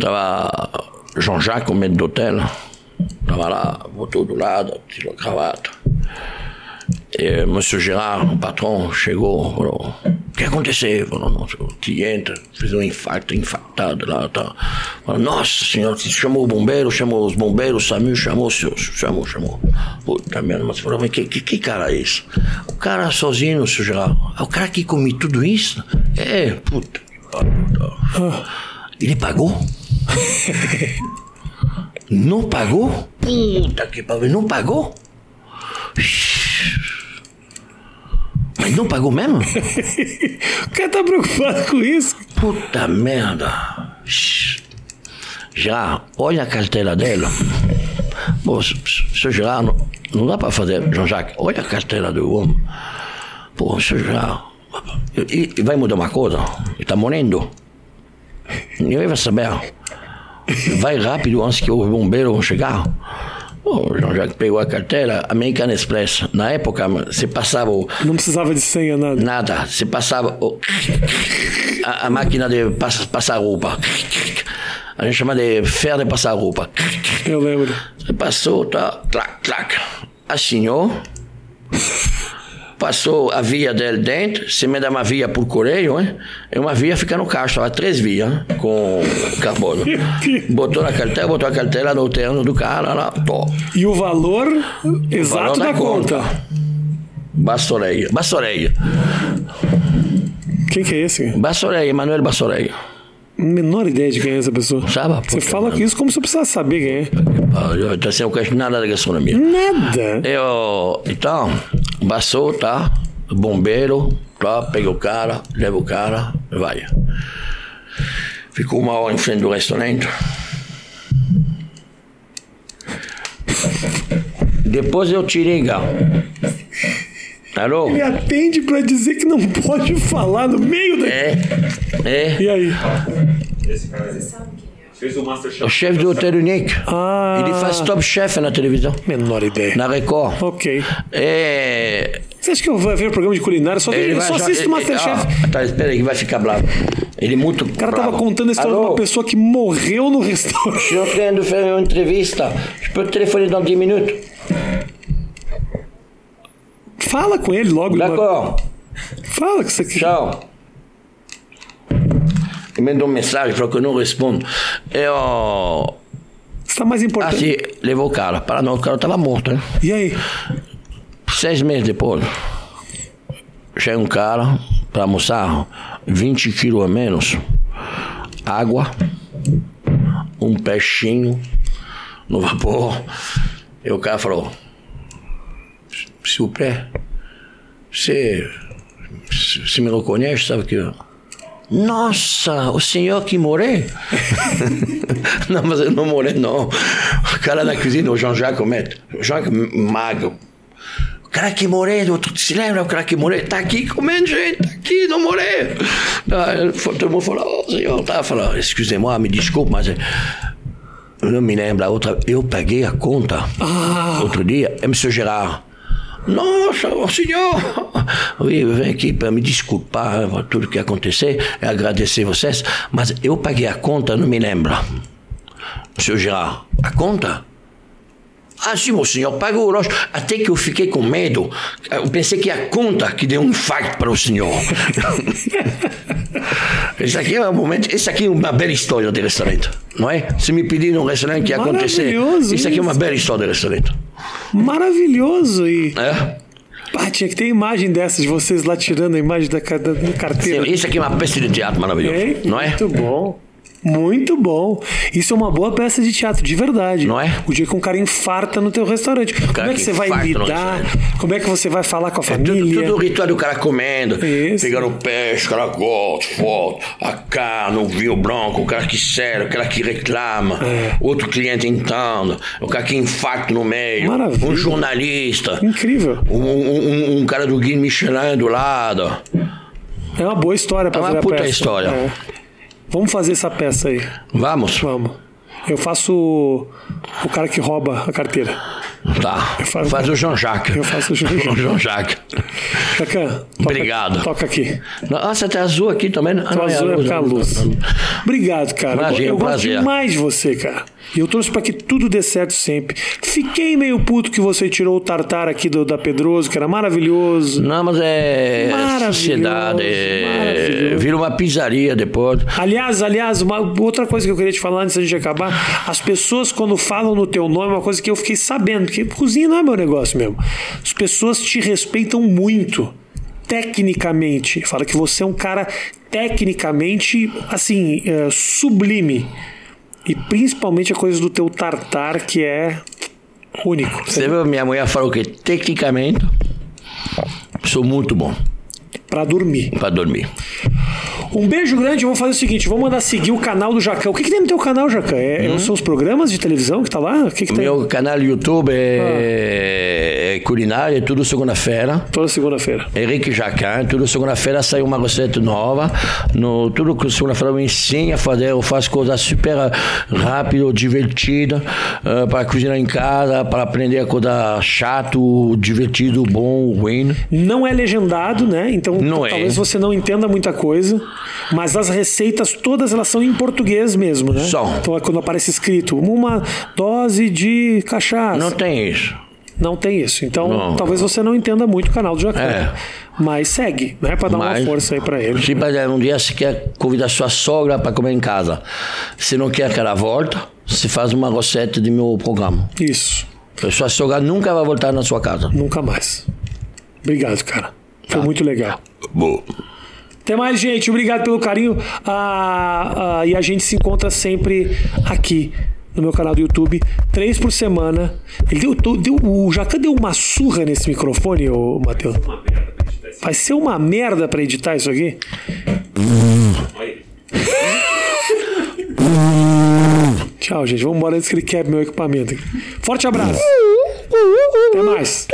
[SPEAKER 2] Tava Jean-Jacques, o médico do hotel. Tava lá, botou do lado, tirou a cravata. E euh, Monsieur Gerard, o patrão, chegou, falou, o que aconteceu? Falou, nossa, o cliente fez um infarto, infartado lá, tá. Falou, nossa senhora, você chamou o bombeiro, chamou os bombeiros, o SAMU, chamou, seu, chamou, chamou. Puta merda, mas falou, mas que, que, que cara é esse? O cara sozinho, seu Gerard, é o cara que come tudo isso? É, puta. que pariu, tá. Ele pagou? Não pagou? Puta que pariu, não pagou? Mas não pagou mesmo?
[SPEAKER 1] O cara tá preocupado com isso.
[SPEAKER 2] Puta merda. Já, olha a carteira dela. Pô, se- se- seu Gerard, não, não dá pra fazer, Jean-Jacques, olha a carteira do homem. Pô, seu Gerard, e, e vai mudar uma coisa? Ele tá morrendo. Ninguém vai saber. Vai rápido antes que os bombeiros vão chegar. Pô, Jean-Jacques pegou a carteira, American Express. Na época, se passava o,
[SPEAKER 1] Não precisava de senha, nada.
[SPEAKER 2] Nada. Você passava o- a, a máquina de pass- passar roupa. A gente chama de fer de passar roupa.
[SPEAKER 1] Eu lembro.
[SPEAKER 2] Você passou, tá, clac, clac. Assinou. Passou a via dele dentro, você me dá uma via por correio, hein? E uma via fica no caixa, tava três vias hein? com carbono. Botou na carteira, botou a carteira no terno do cara lá, tó.
[SPEAKER 1] E o valor exato
[SPEAKER 2] valor
[SPEAKER 1] da
[SPEAKER 2] da
[SPEAKER 1] conta.
[SPEAKER 2] Bassoreia. Bassoreia.
[SPEAKER 1] Quem que é esse?
[SPEAKER 2] Bassoreia, Manuel Bassoreia.
[SPEAKER 1] Menor ideia de quem é essa pessoa.
[SPEAKER 2] Sabe?
[SPEAKER 1] Você fala que isso como se eu precisasse saber quem é.
[SPEAKER 2] Europa. Eu, então, assim, eu quero nada da gastronomia.
[SPEAKER 1] Nada.
[SPEAKER 2] Eu, então, passou, tá? Bombeiro, tá? Pega o cara, leva o cara, vai. Ficou uma hora em frente do restaurante. Depois eu tirei, gal. Alô?
[SPEAKER 1] Ele atende pra dizer que não pode falar no meio da.
[SPEAKER 2] É, é.
[SPEAKER 1] E aí?
[SPEAKER 4] Fez o Masterchef.
[SPEAKER 2] É O chefe do Hotel Unique.
[SPEAKER 1] Ah.
[SPEAKER 2] Ele faz top chef na televisão,
[SPEAKER 1] Menor ideia.
[SPEAKER 2] na Record.
[SPEAKER 1] Ok.
[SPEAKER 2] É,
[SPEAKER 1] Você acha que eu vou ver programa de culinária? Só,
[SPEAKER 2] ele
[SPEAKER 1] eu
[SPEAKER 2] vai
[SPEAKER 1] só
[SPEAKER 2] achar-
[SPEAKER 1] assisto
[SPEAKER 2] ele-
[SPEAKER 1] Masterchef.
[SPEAKER 2] Ah, tá, espera aí que vai ficar bravo. Ele é muito
[SPEAKER 1] O cara tava contando a história de uma pessoa que morreu no restaurante.
[SPEAKER 2] Eu quero fazer uma entrevista. Eu Peux telefonar dans 10 minutos.
[SPEAKER 1] Fala com ele logo. Numa...
[SPEAKER 2] D'accord.
[SPEAKER 1] Fala que você quer.
[SPEAKER 2] Tchau. Ele mandou um mensagem, falou que eu não respondo. Eu.
[SPEAKER 1] Você tá mais importante.
[SPEAKER 2] Assim, levou o cara. Para não, o cara tava morto, né?
[SPEAKER 1] e aí?
[SPEAKER 2] Seis meses depois, chega um cara para almoçar, 20 quilos a menos, água, um peixinho no vapor. E o cara falou, se o pé, você, você me reconhece, sabe que... eu-" Nossa, o senhor que morei? não, mas eu não morei, não. O cara na cozinha, o Jean-Jacques Mette, o Jean-Jacques magro, o cara que morreu, tu se lembra o cara que morreu? Tá aqui comendo gente, tá aqui, não morreu. Aí, foi- Todo mundo falou, oh, senhor, tá falando, excusez-moi, me desculpe, mas eh, eu não me lembro a outra. Eu paguei a conta outro dia, é Monsieur Gerard. Nossa, o senhor! Oui, eu venho aqui para me desculpar por tudo que aconteceu e agradecer vocês, mas eu paguei a conta, não me lembro. Monsieur Gerard, a conta? Ah, sim, o senhor pagou o lógico. Até que eu fiquei com medo. Eu pensei que a conta que deu um infarto para o senhor. esse aqui é um momento. Esse aqui é uma bela história de restaurante, não é? Se me pedir num restaurante que aconteceu.
[SPEAKER 1] Maravilhoso
[SPEAKER 2] Isso aqui é uma
[SPEAKER 1] isso.
[SPEAKER 2] bela história de restaurante.
[SPEAKER 1] Maravilhoso. E.
[SPEAKER 2] É?
[SPEAKER 1] Ah, tinha que ter imagem dessa de vocês lá tirando a imagem da, ca- da- da carteira.
[SPEAKER 2] Isso aqui é uma peça de teatro maravilhosa,
[SPEAKER 1] Hein?
[SPEAKER 2] não é?
[SPEAKER 1] Muito bom. Muito bom. Isso é uma boa peça de teatro, de verdade.
[SPEAKER 2] Não é? Um
[SPEAKER 1] O dia que um cara infarta no teu restaurante. Como é que você vai
[SPEAKER 2] infarta no
[SPEAKER 1] lidar? Como é que você vai falar com a
[SPEAKER 2] Tudo,
[SPEAKER 1] família?
[SPEAKER 2] tudo o ritual do cara comendo.
[SPEAKER 1] é. Isso.
[SPEAKER 2] Pegando o peixe, o cara gosta, foto, a carne, o vinho branco, o cara que serve, o cara que reclama,
[SPEAKER 1] É.
[SPEAKER 2] outro cliente entrando, o cara que infarta no meio,
[SPEAKER 1] Maravilha.
[SPEAKER 2] um jornalista,
[SPEAKER 1] Incrível.
[SPEAKER 2] um, um- um- um cara do Guia Michelin do lado.
[SPEAKER 1] É uma boa história pra
[SPEAKER 2] É uma
[SPEAKER 1] fazer a
[SPEAKER 2] puta
[SPEAKER 1] peça.
[SPEAKER 2] história.
[SPEAKER 1] É. Vamos fazer essa peça aí.
[SPEAKER 2] Vamos?
[SPEAKER 1] Vamos. Eu faço o, o cara que rouba a carteira.
[SPEAKER 2] Tá.
[SPEAKER 1] faço-
[SPEAKER 2] Faz o Jean-Jacques.
[SPEAKER 1] Eu faço o Jean-Jacques.
[SPEAKER 2] O Jean-Jacques.
[SPEAKER 1] Jacan, toca-
[SPEAKER 2] Obrigado.
[SPEAKER 1] Toca aqui.
[SPEAKER 2] Ah, você tá azul aqui também? né? Ah,
[SPEAKER 1] Tô
[SPEAKER 2] não,
[SPEAKER 1] azul é por causa da luz. Obrigado, cara.
[SPEAKER 2] Imagina,
[SPEAKER 1] eu
[SPEAKER 2] um
[SPEAKER 1] gosto
[SPEAKER 2] prazer.
[SPEAKER 1] demais de você, cara. E eu trouxe pra que tudo dê certo sempre. Fiquei meio puto que você tirou o tartar aqui do, da Pedroso, que era maravilhoso.
[SPEAKER 2] Não, mas é
[SPEAKER 1] Maravilhoso,
[SPEAKER 2] sociedade. É,
[SPEAKER 1] maravilhoso.
[SPEAKER 2] vira uma pizzaria depois.
[SPEAKER 1] Aliás, aliás, uma outra coisa que eu queria te falar antes da gente acabar, as pessoas quando falam no teu nome, é uma coisa que eu fiquei sabendo, porque cozinha não é meu negócio mesmo. As pessoas te respeitam muito, tecnicamente. Fala que você é um cara tecnicamente, assim, é, sublime. E principalmente a coisa do teu tartar, que é único.
[SPEAKER 2] Você viu? Minha mulher falou que tecnicamente sou muito bom
[SPEAKER 1] é Pra dormir.
[SPEAKER 2] para dormir.
[SPEAKER 1] Um beijo grande, vamos fazer o seguinte, vamos mandar seguir o canal do Jacão. O que, que tem no teu canal, Jacão? É, São os programas de televisão que tá lá? O que, que tem?
[SPEAKER 2] Meu canal YouTube é, é culinária, é tudo segunda-feira.
[SPEAKER 1] Toda segunda-feira.
[SPEAKER 2] Henrique Jacan, tudo segunda-feira sai uma receita nova. No, tudo que segunda-feira eu ensino a fazer, eu faço coisas super rápido, divertida, para cozinhar em casa, para aprender a coisa chato, divertido, bom, ruim.
[SPEAKER 1] Não é legendado, né? Então
[SPEAKER 2] Não é.
[SPEAKER 1] talvez você não entenda muita coisa, mas as receitas todas elas são em português mesmo, né?
[SPEAKER 2] São.
[SPEAKER 1] Então é quando aparece escrito uma dose de cachaça.
[SPEAKER 2] Não
[SPEAKER 1] Não,
[SPEAKER 2] tem isso.
[SPEAKER 1] tem isso. Então
[SPEAKER 2] Não.
[SPEAKER 1] talvez você não entenda muito o canal do Jacó.
[SPEAKER 2] É.
[SPEAKER 1] Mas segue, né? Pra dar
[SPEAKER 2] Mas-
[SPEAKER 1] uma força aí pra ele.
[SPEAKER 2] Se por exemplo, um dia você quer convidar sua sogra para comer em casa, se não quer que ela volte, você faz uma receita de meu programa.
[SPEAKER 1] Isso.
[SPEAKER 2] A sua sogra nunca vai voltar na sua casa.
[SPEAKER 1] Nunca mais. Obrigado, cara. Foi muito legal.
[SPEAKER 2] Bom.
[SPEAKER 1] Até mais, gente. Obrigado pelo carinho. Ah, ah, e a gente se encontra sempre aqui no meu canal do YouTube, três por semana. Ele deu, deu, deu- o Jacan deu uma surra nesse microfone, ô Matheus.
[SPEAKER 4] né?
[SPEAKER 1] Vai ser uma merda pra editar isso aqui? Tchau, gente. Vamos embora antes que ele quebre meu equipamento. Forte abraço. Até mais.